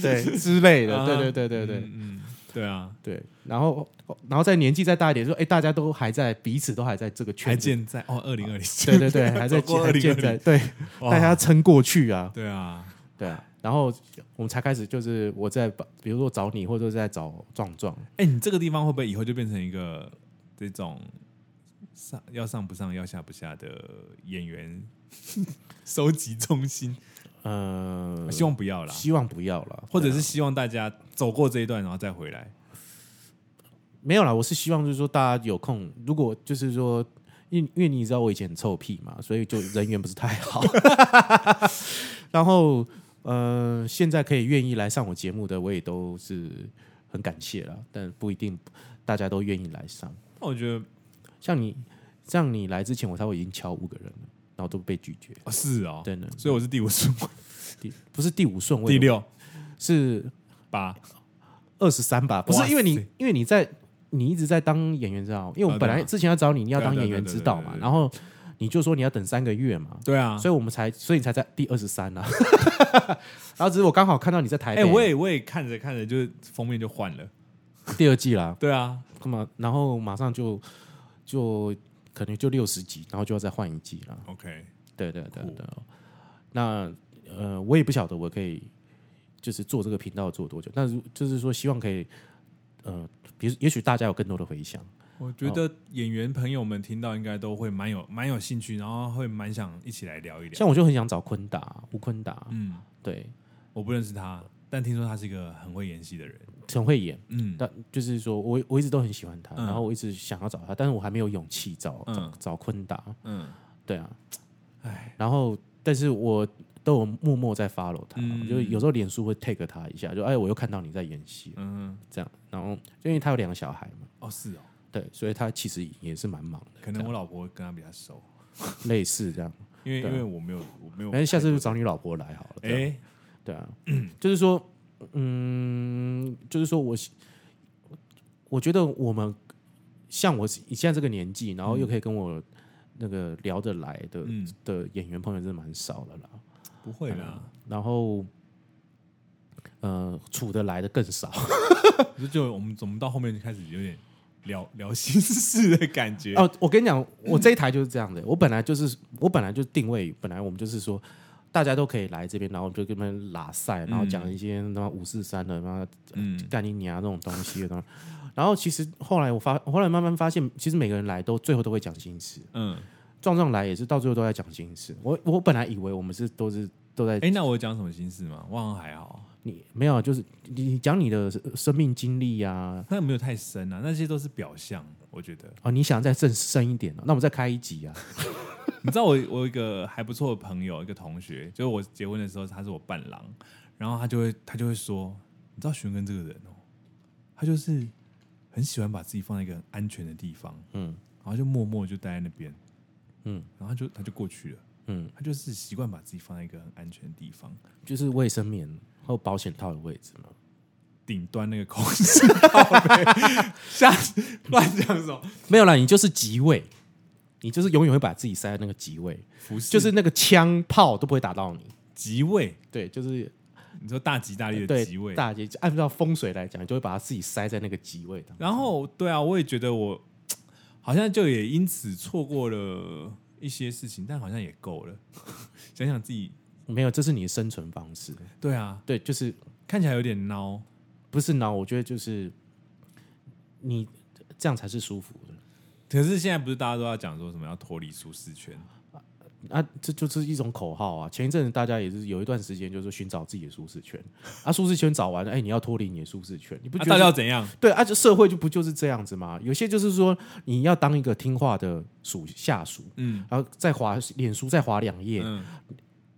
A: 对之类的，
B: 啊
A: 对对对对对、
B: 嗯，嗯对啊，
A: 对。然后，然后再年纪再大一点，说，哎，大家都还在，彼此都还在这个
B: 还
A: 圈子，
B: 健在哦，二零二零，
A: 对对 对，还在
B: 走过
A: 还健
B: 2020
A: 在，对，
B: 哇
A: 大家要撑过去啊，
B: 哦对啊，
A: 对啊。然后我们才开始，就是我在把，比如说找你，或者是在找壮壮，
B: 哎，你这个地方会不会以后就变成一个这种上要上不上要下不下的演员 收集中心？
A: 呃，
B: 希望不要啦，
A: 希望不要了，
B: 嗯或者
A: 对啊
B: 是希望大家走过这一段然后再回来。
A: 没有啦，我是希望就是说大家有空，如果就是说。因因为你知道我以前很臭屁嘛，所以就人缘不是太好。 然后呃，现在可以愿意来上我节目的，我也都是很感谢啦，但不一定大家都愿意来上。
B: 那我觉得
A: 像你，像你来之前，我才会已经敲五个人了，然后都被拒绝。
B: 哦是哦，
A: 真的，
B: 所以我是第五顺位，
A: 第不是第五顺位，
B: 第，六
A: 是
B: 八，
A: 二十三吧，不
B: 哇
A: 是
B: 塞
A: 因为你，因为你在你一直在当演员指导，因为我
B: 啊
A: 们本来
B: 对啊
A: 之前要找你，你要
B: 对啊
A: 当
B: 对啊
A: 演员
B: 对啊
A: 指
B: 对啊
A: 导
B: 对啊
A: 嘛，
B: 对啊
A: 然后你就说你要等三个月嘛，
B: 对啊，
A: 所以我们才，所以你才在第二十三啦。 然后只是我刚好看到你在台北，
B: 哎、我也我也看着看着就封面就换了，
A: 第二季啦，
B: 对啊，
A: 干嘛？然后马上就就可能就六十集，然后就要再换一季啦。
B: OK，
A: 对对对
B: 酷
A: 对，那呃，我也不晓得我可以就是做这个频道做多久，但是就是说希望可以呃，比如也许大家有更多的回响。
B: 我觉
A: 哦
B: 得演员朋友们听到应该都会蛮有蛮有兴趣，然后会蛮想一起来聊一聊。
A: 像我就很想找昆达，吴昆达，
B: 嗯，
A: 对，
B: 我不认识他，但听说他是一个很会演戏的人。
A: 很会演，
B: 嗯，
A: 但就是说我我一直都很喜欢他，
B: 嗯
A: 然后我一直想要找他，但是我还没有勇气找、
B: 嗯
A: 找找昆达，
B: 嗯，
A: 对啊，
B: 唉，
A: 然后但是我都有默默在 follow 他，
B: 嗯
A: 就有时候脸书会 take 他一下，就哎我又看到你在演戏了
B: 嗯，
A: 这样，然后就因为他有两个小孩嘛，
B: 哦，是哦，
A: 对，所以他其实也是蛮忙的，
B: 可能我老婆跟他比较熟，
A: 类似这样，
B: 因为
A: 对
B: 因
A: 啊
B: 为我没有我没有
A: 哎，
B: 太多，
A: 下次就找你老婆来好了，
B: 哎、
A: 对啊对啊，就是说，嗯，就是说我希，我觉得我们像我现在这个年纪，然后又可以跟我那个聊得来的、
B: 嗯，
A: 的演员朋友，真的蛮少了啦。
B: 不会啦，
A: 然后，呃，处得来的更少。
B: 就就我们我们到后面就开始有点聊聊心事的感觉。
A: 哦，我跟你讲，我这一台就是这样的。我本来就是，我本来就定位，本来我们就是说，大家都可以来这边，然后我们就跟他们拉赛，然后讲一些他妈五四三的，然后
B: 嗯，
A: 干你娘这种东西的东西。然后其实后来我发，我后来慢慢发现，其实每个人来都最后都会讲心事。
B: 嗯，
A: 壮壮来也是到最后都在讲心事。我我本来以为我们是都是都在
B: 哎、那我有讲什么心事吗？我好像还好，
A: 你没有啊，就是你你讲你的生命经历呀、啊，
B: 那没有太深啊，那些都是表象，我觉得。
A: 哦，你想再更深一点、啊，那我们再开一集啊。
B: 你知道我我有一个还不错的朋友，一个同学，就是我结婚的时候他是我伴郎，然后他就会他就会说，你知道玄根这个人哦，他就是很喜欢把自己放在一个很安全的地方，
A: 嗯
B: 然后就默默就待在那边，
A: 嗯
B: 然后他就他就过去了，
A: 嗯，
B: 他就是习惯把自己放在一个很安全的地方，
A: 就是卫生棉和保险套的位置嘛。
B: 顶端那个空气靠 背，瞎乱讲什么？
A: 没有啦，你就是极位，你就是永远会把自己塞在那个极位，
B: 服饰
A: 就是那个枪炮都不会打到你。
B: 即位，
A: 对，就是呃
B: 你说大吉大利的
A: 对
B: 即位，
A: 大姐按照风水来讲，就会把他自己塞在那个极位当中。
B: 然后对啊，我也觉得我好像就也因此错过了一些事情，但好像也够了。 想想自己，
A: 没有，这是你的生存方式。
B: 对啊，
A: 对，就是
B: 看起来有点孬，
A: 不是呢？我觉得就是你这样才是舒服的
B: 可是现在不是大家都要讲说什么要脱离舒适圈？
A: 啊！这就是一种口号啊。前一阵子大家也是有一段时间就是寻找自己的舒适圈啊，舒适圈找完了，哎，你要脱离你的舒适圈，你不
B: 啊、
A: 觉
B: 到底
A: 得？
B: 要怎样？
A: 对啊，就社会就不就是这样子吗？有些就是说你要当一个听话的属下属，
B: 嗯
A: 然后再划脸书再划两页，
B: 嗯，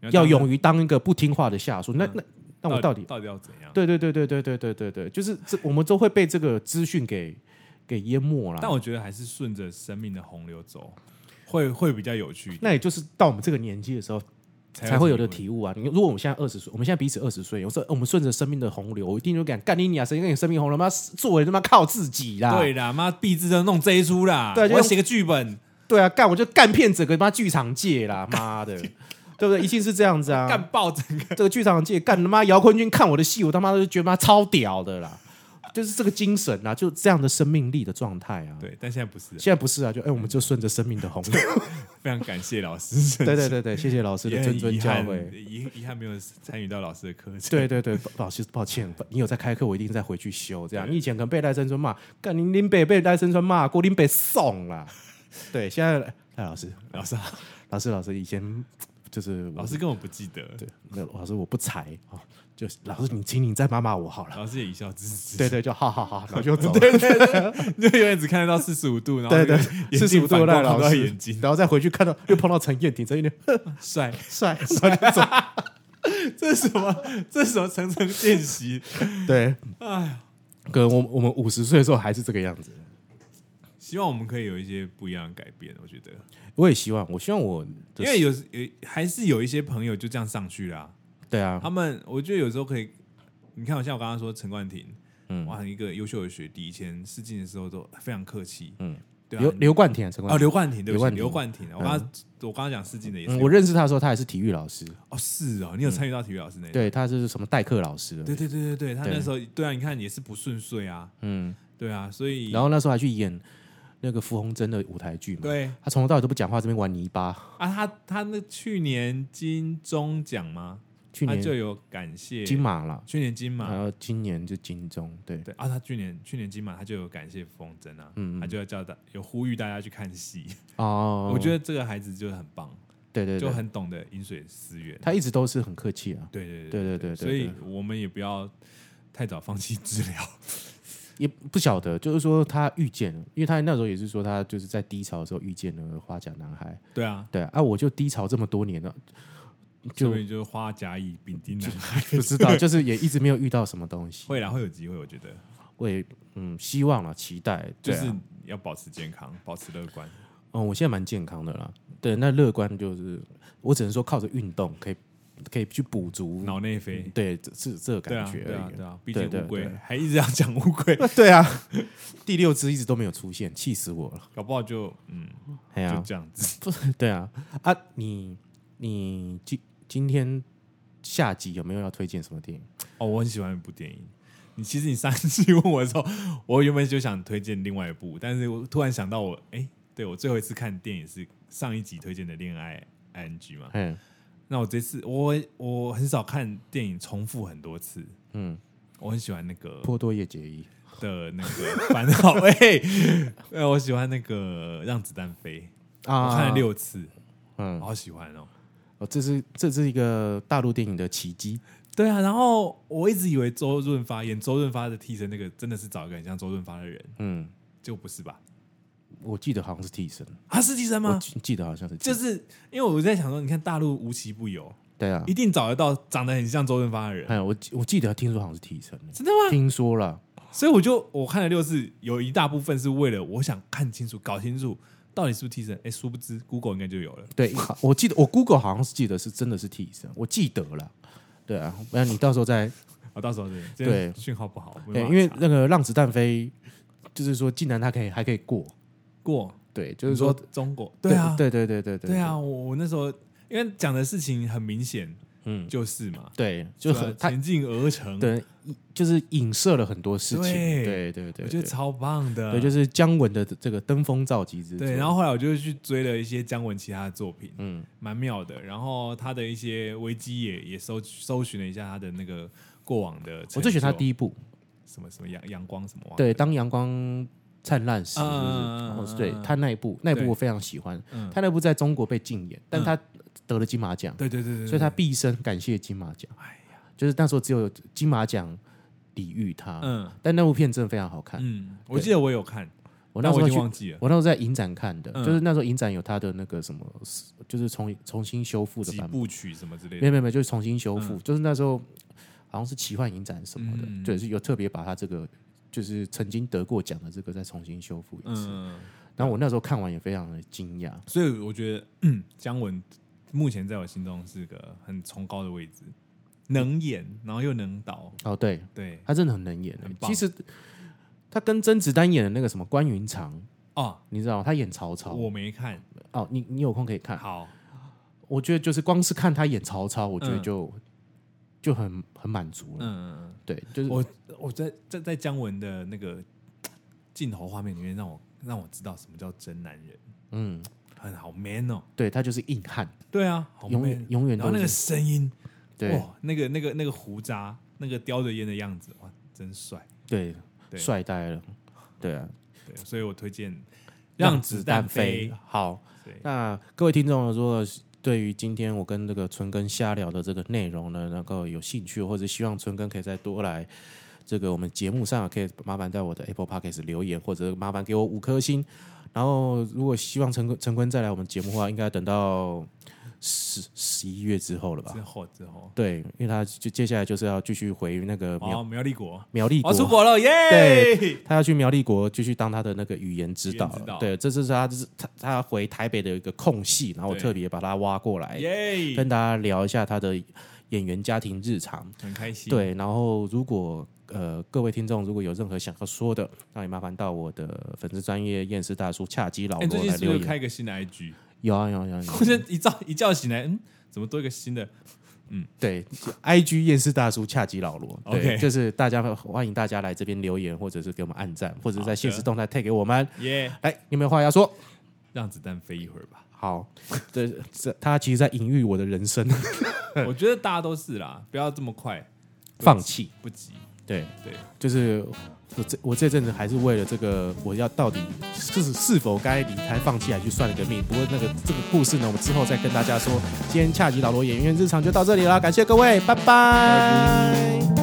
A: 要
B: 当嗯
A: 勇于当一个不听话的下属。那那那我到底
B: 到底要怎样？
A: 对对对对对对对对对，就是这我们都会被这个资讯给给淹没了。
B: 但我觉得还是顺着生命的洪流走，会会比较有趣一点，
A: 那也就是到我们这个年纪的时候才会有的体悟啊！你如果我们现在二十岁，我们现在彼此二十岁，有时候我们顺着生命的洪流，我一定就敢干你娘！谁跟你生命洪流？妈，作为他妈靠自己啦！
B: 对啦，妈必志的弄这一出啦，
A: 啊对就
B: 我要
A: 用
B: 写个剧本，
A: 对啊，干我就干遍整个他妈剧场界啦！妈的，对不对？一定是这样子啊！
B: 干爆整个。
A: 这个剧场界干他妈姚坤君看我的戏，我他妈都觉得妈超屌的啦！就是这个精神啊，就这样的生命力的状态啊。
B: 对，但现在不是，
A: 现在不是啊，就哎、我们就顺着生命的 洪流。
B: 非常感谢老师。
A: 对对对对，谢谢老师的
B: 也很
A: 谆谆
B: 遗
A: 教
B: 憾，
A: 诲。
B: 遗遗憾没有参与到老师的课程。
A: 对对对，老师抱歉，你有在开课，我一定再回去修。这样，你以前可能被赖声川骂，干林林北被赖声川骂过，林北送啦。对，现在赖老师，
B: 老师好，
A: 老师，老师，以前就是
B: 老师根本不记得，
A: 对，没有老师我不才啊，就是老师你请你再骂骂我好了。
B: 老师也一笑置之。
A: 对对，就好好好， 然后就走了。对对
B: 对， 就永远只看得到四十五度，然后
A: 对对
B: 那个，
A: 四
B: 眼
A: 十
B: 镜
A: 五度
B: 反
A: 的
B: 光
A: 赖
B: 跑
A: 老
B: 到
A: 师，
B: 眼睛，
A: 然后再回去看到又碰到陈燕婷，陈燕婷呵
B: 帅，
A: 帅，然后就走。
B: 这是什么？这是什么层层见习？
A: 对，
B: 哎呀，
A: 可能我我们五十岁的时候还是这个样子。
B: 希望我们可以有一些不一样的改变。我觉得，
A: 我也希望，我希望我的
B: 因为有有还是有一些朋友就这样上去啦、
A: 对啊，
B: 他们我觉得有时候可以你看，像我刚刚说陈冠廷，
A: 嗯
B: 哇，一个优秀的学弟，以前试镜的时候都非常客气，
A: 嗯，
B: 对啊，
A: 刘刘冠廷啊，陈
B: 哦
A: 冠廷，
B: 刘冠廷，对不起，
A: 刘
B: 刘
A: 冠嗯
B: 冠廷，我刚刚我刚刚讲试镜的也是
A: 嗯，我认识他的时候，他也是体育老师，
B: 哦，是哦，你有参与到体育老师那一段？
A: 对他就是什么代课老师，
B: 对对对对对，他
A: 对
B: 那时候对啊，你看也是不顺遂啊，
A: 嗯，
B: 对啊，所以
A: 然后那时候还去演那个傅红珍的舞台剧嘛，，
B: 对
A: 他从头到尾都不讲话，这边玩泥巴。
B: 啊，他他那去年金钟奖吗？
A: 去
B: 他就
A: 年
B: 有感谢
A: 金，马嗯了，
B: 去年金马
A: 然后今年就金钟，对，
B: 对啊，他去年去年金马他就有感谢风筝啊，
A: 嗯嗯
B: 他就要叫大有呼吁大家去看戏。
A: 哦，
B: 我觉
A: 得
B: 得这个孩子就是很棒，
A: 对对对，
B: 就很懂得饮水思源。
A: 他一直都是很客气啊，
B: 对对
A: 对对对对
B: 所以我们也不要太早放弃治疗。
A: 也不晓得，就是说他遇见了，因为他那时候也是说他就是在低潮的时候遇见了花甲男孩，
B: 对啊，
A: 对啊，啊我就低潮这么多年了，就
B: 所以就是花甲乙丙丁男 孩，
A: 不知 道，就是也一直没有遇到什么东西，
B: 会啦，会有机会，我觉得
A: 我也嗯希望了，期待，
B: 就
A: 对
B: 是
A: 啊、
B: 要保持健康，保持乐观。
A: 嗯，我现在蛮健康的啦，对，那乐观就是我只能说靠着运动可以可以去补足，
B: 脑内啡，
A: 对，这是这个嗯
B: 对
A: 感
B: 啊，
A: 觉
B: 对啊
A: 而，已
B: 对。啊，毕
A: 对
B: 竟
A: 对
B: 乌龟
A: 对
B: 还一直要讲乌龟，
A: 对啊，第六只一直都没有出现，气死我了。
B: 搞不好就嗯，
A: 哎呀、
B: 就
A: 啊，
B: 这样子。
A: 对啊，啊，你你今今天下集有没有要推荐什么电影？
B: 哦，我很喜欢一部电影。你其实你上一期问我的时候，我原本就想推荐另外一部，但是我突然想到我，哎、对我最后一次看电影是上一集推荐的《恋爱 ING》嘛。
A: 嗯
B: 那我这次我我很少看电影重复很多次，
A: 嗯，
B: 我很喜欢那个
A: 波多野结衣
B: 的那个烦恼， 哎、呃我喜欢那个《让子弹飞》
A: 啊
B: 我看了，六次，我
A: 嗯，
B: 好喜欢哦。
A: 哦，这是这是一个大陆电影的奇迹，
B: 对啊，然后我一直以为周润发演周润发的替身那个真的是找一个很像周润发的人，
A: 嗯，
B: 结果不是吧？
A: 我记得好像是替身，
B: 啊，是替身
A: 我
B: 吗？
A: 记记得好像是替
B: 就
A: 身，
B: 是因为我在想说，你看大陆无奇不有，
A: 对啊
B: 一，定找得到长得很像周润发的人，
A: 哎，我记我记得听说好像是替身，
B: 真的吗？
A: 听说了，
B: 所以我就我看了六次，有一大部分是为了我想看清楚、搞清楚到底是不是替身。哎，殊不知 Google 应该就有了。
A: 对， 我记得我 Google 好像是记得是真的是替身，我记得了。对啊，那你到时候再
B: 啊，到时候对，今
A: 对
B: 天讯号不好，没
A: 对，
B: 办法
A: 因为
B: 查
A: 那个让子弹飞，就是说，竟然他可以还可以过，
B: 过
A: 对，就是说
B: 你，中国，对啊，
A: 对对对对对
B: 对啊，，我我那时候因为讲的事情很明显
A: 嗯，
B: 就是嘛，
A: 对，就
B: 对
A: 很
B: 啊
A: 他
B: 前进而成，
A: 对，就是影射了很多事情，对
B: 对
A: 对对，
B: 我觉
A: 对
B: 得超棒的，
A: 对，就是姜文的这个登峰造极之作
B: 对，然后后来我就去追了一些姜文其他的作品，
A: 嗯
B: 蛮妙的。然后他的一些危机也也搜搜寻了一下他的那个过往的成就。
A: 我最喜欢他第
B: 一
A: 一部，
B: 什么什么阳阳光什么忘了
A: 对，当阳光灿烂时，
B: 嗯
A: 就是然后对他那一部，那一部
B: 对
A: 我非常喜欢，
B: 嗯
A: 他那部在中国被禁演，但他得了金马奖，
B: 对对对对，
A: 所以他毕生感谢金马奖，
B: 哎呀，
A: 就是那时候只有金马奖礼遇他，
B: 嗯
A: 但那部片真的非常好看。
B: 嗯，我记得我有看，
A: 我那
B: 但
A: 时
B: 我
A: 候
B: 已
A: 去
B: 经，忘记了
A: 我那时候在影展看的，
B: 嗯
A: 就是那时候影展有他的那个什么，就是重重新修复的
B: 几
A: 版本，
B: 部曲什么之类
A: 没
B: 的。
A: 有没有没有，就是重新修复，
B: 嗯
A: 就是那时候好像是奇幻影展什么的，
B: 嗯
A: 对，是有特别把他这个就是曾经得过奖的这个再重新修复一次。
B: 嗯，
A: 然后我那时候看完也非常的惊讶，
B: 所以我觉得， 嗯，姜文目前在我心中是个很崇高的位置，能演，
A: 嗯
B: 然后又能导，
A: 哦，对
B: 对
A: 他真的很能演
B: 很，棒
A: 其实他跟甄子丹演的那个什么关云长。
B: 哦，
A: 你知道他演曹操
B: 我没看，
A: 哦，你你有空可以看。
B: 好，
A: 我觉得就是光是看他演曹操，我觉得
B: 嗯
A: 就、就很很满足了。
B: 嗯嗯嗯。
A: 对，就是
B: 我我在在在姜文的那个镜头画面里面，让我让我知道什么叫真男人，
A: 嗯，
B: 很好 man 哦。
A: 对他就是硬汉，
B: 对啊，好
A: 永
B: man
A: 远永远
B: 然后
A: 都
B: 那个
A: 是
B: 声音，
A: 对
B: 哇，那个那个那个胡渣，那个叼着烟的样子，哇，真帅。
A: 对
B: 对
A: 帅呆了，对啊，
B: 对，所以我推荐《
A: 让
B: 让
A: 子
B: 子
A: 弹
B: 弹
A: 飞
B: 飞》。
A: 好，
B: 对，
A: 那各位听众如果是对于今天我跟这个春根瞎聊的这个内容呢，能够有兴趣，或者希望春根可以再多来这个我们节目上，可以麻烦在我的 Apple Podcast 留言，或者麻烦给我五颗星。然后，如果希望陈坤陈坤再来我们节目的话，应该等到十十一月之后了吧
B: 之？后之后，
A: 对，因为他就接下来就是要继续回那个苗、
B: 哦，苗栗国，
A: 苗栗
B: 我
A: 国，
B: 出国了，耶！
A: 他要去苗栗国继续当他的那个语言指导
B: 语言指导
A: 对，这是他这是他他回台北的一个空隙，然后我
B: 对
A: 哎特别把他挖过来，
B: 耶！
A: 跟大家聊一下他的演员家庭日常。
B: 很开心。，
A: 对，然后如果呃各位听众如果有任何想要说的，那也麻烦到我的粉丝专业验尸大叔恰吉老
B: 哎，最
A: 罗
B: 近
A: 来
B: 是不
A: 留
B: 是
A: 言。
B: 开一个新的 IG？
A: 有啊有啊有啊 有啊
B: 我这一觉一觉醒来，嗯，怎么多一个新的？
A: 对，IG 验尸大叔恰吉老 罗，对
B: OK
A: 就是大家欢迎大家来这边留言，或者是给我们按赞，或者是
B: 好
A: 在现实
B: 的
A: 动态 tag 给我们。
B: 耶、
A: 来，你有没有话要说？
B: 让子弹飞一会儿 吧。
A: 好，这这他其实在隐喻我的人生
B: 我觉得大家都是啦，不要这么快，
A: 放弃。
B: 不急。
A: 对，
B: 对，
A: 就是我这我这阵子还是为了这个，我要到底是是否该离开放弃，还去算了个命。不过那个这个故事呢，我们之后再跟大家说。今天恰吉老罗演员日常就到这里啦，感谢各位，拜拜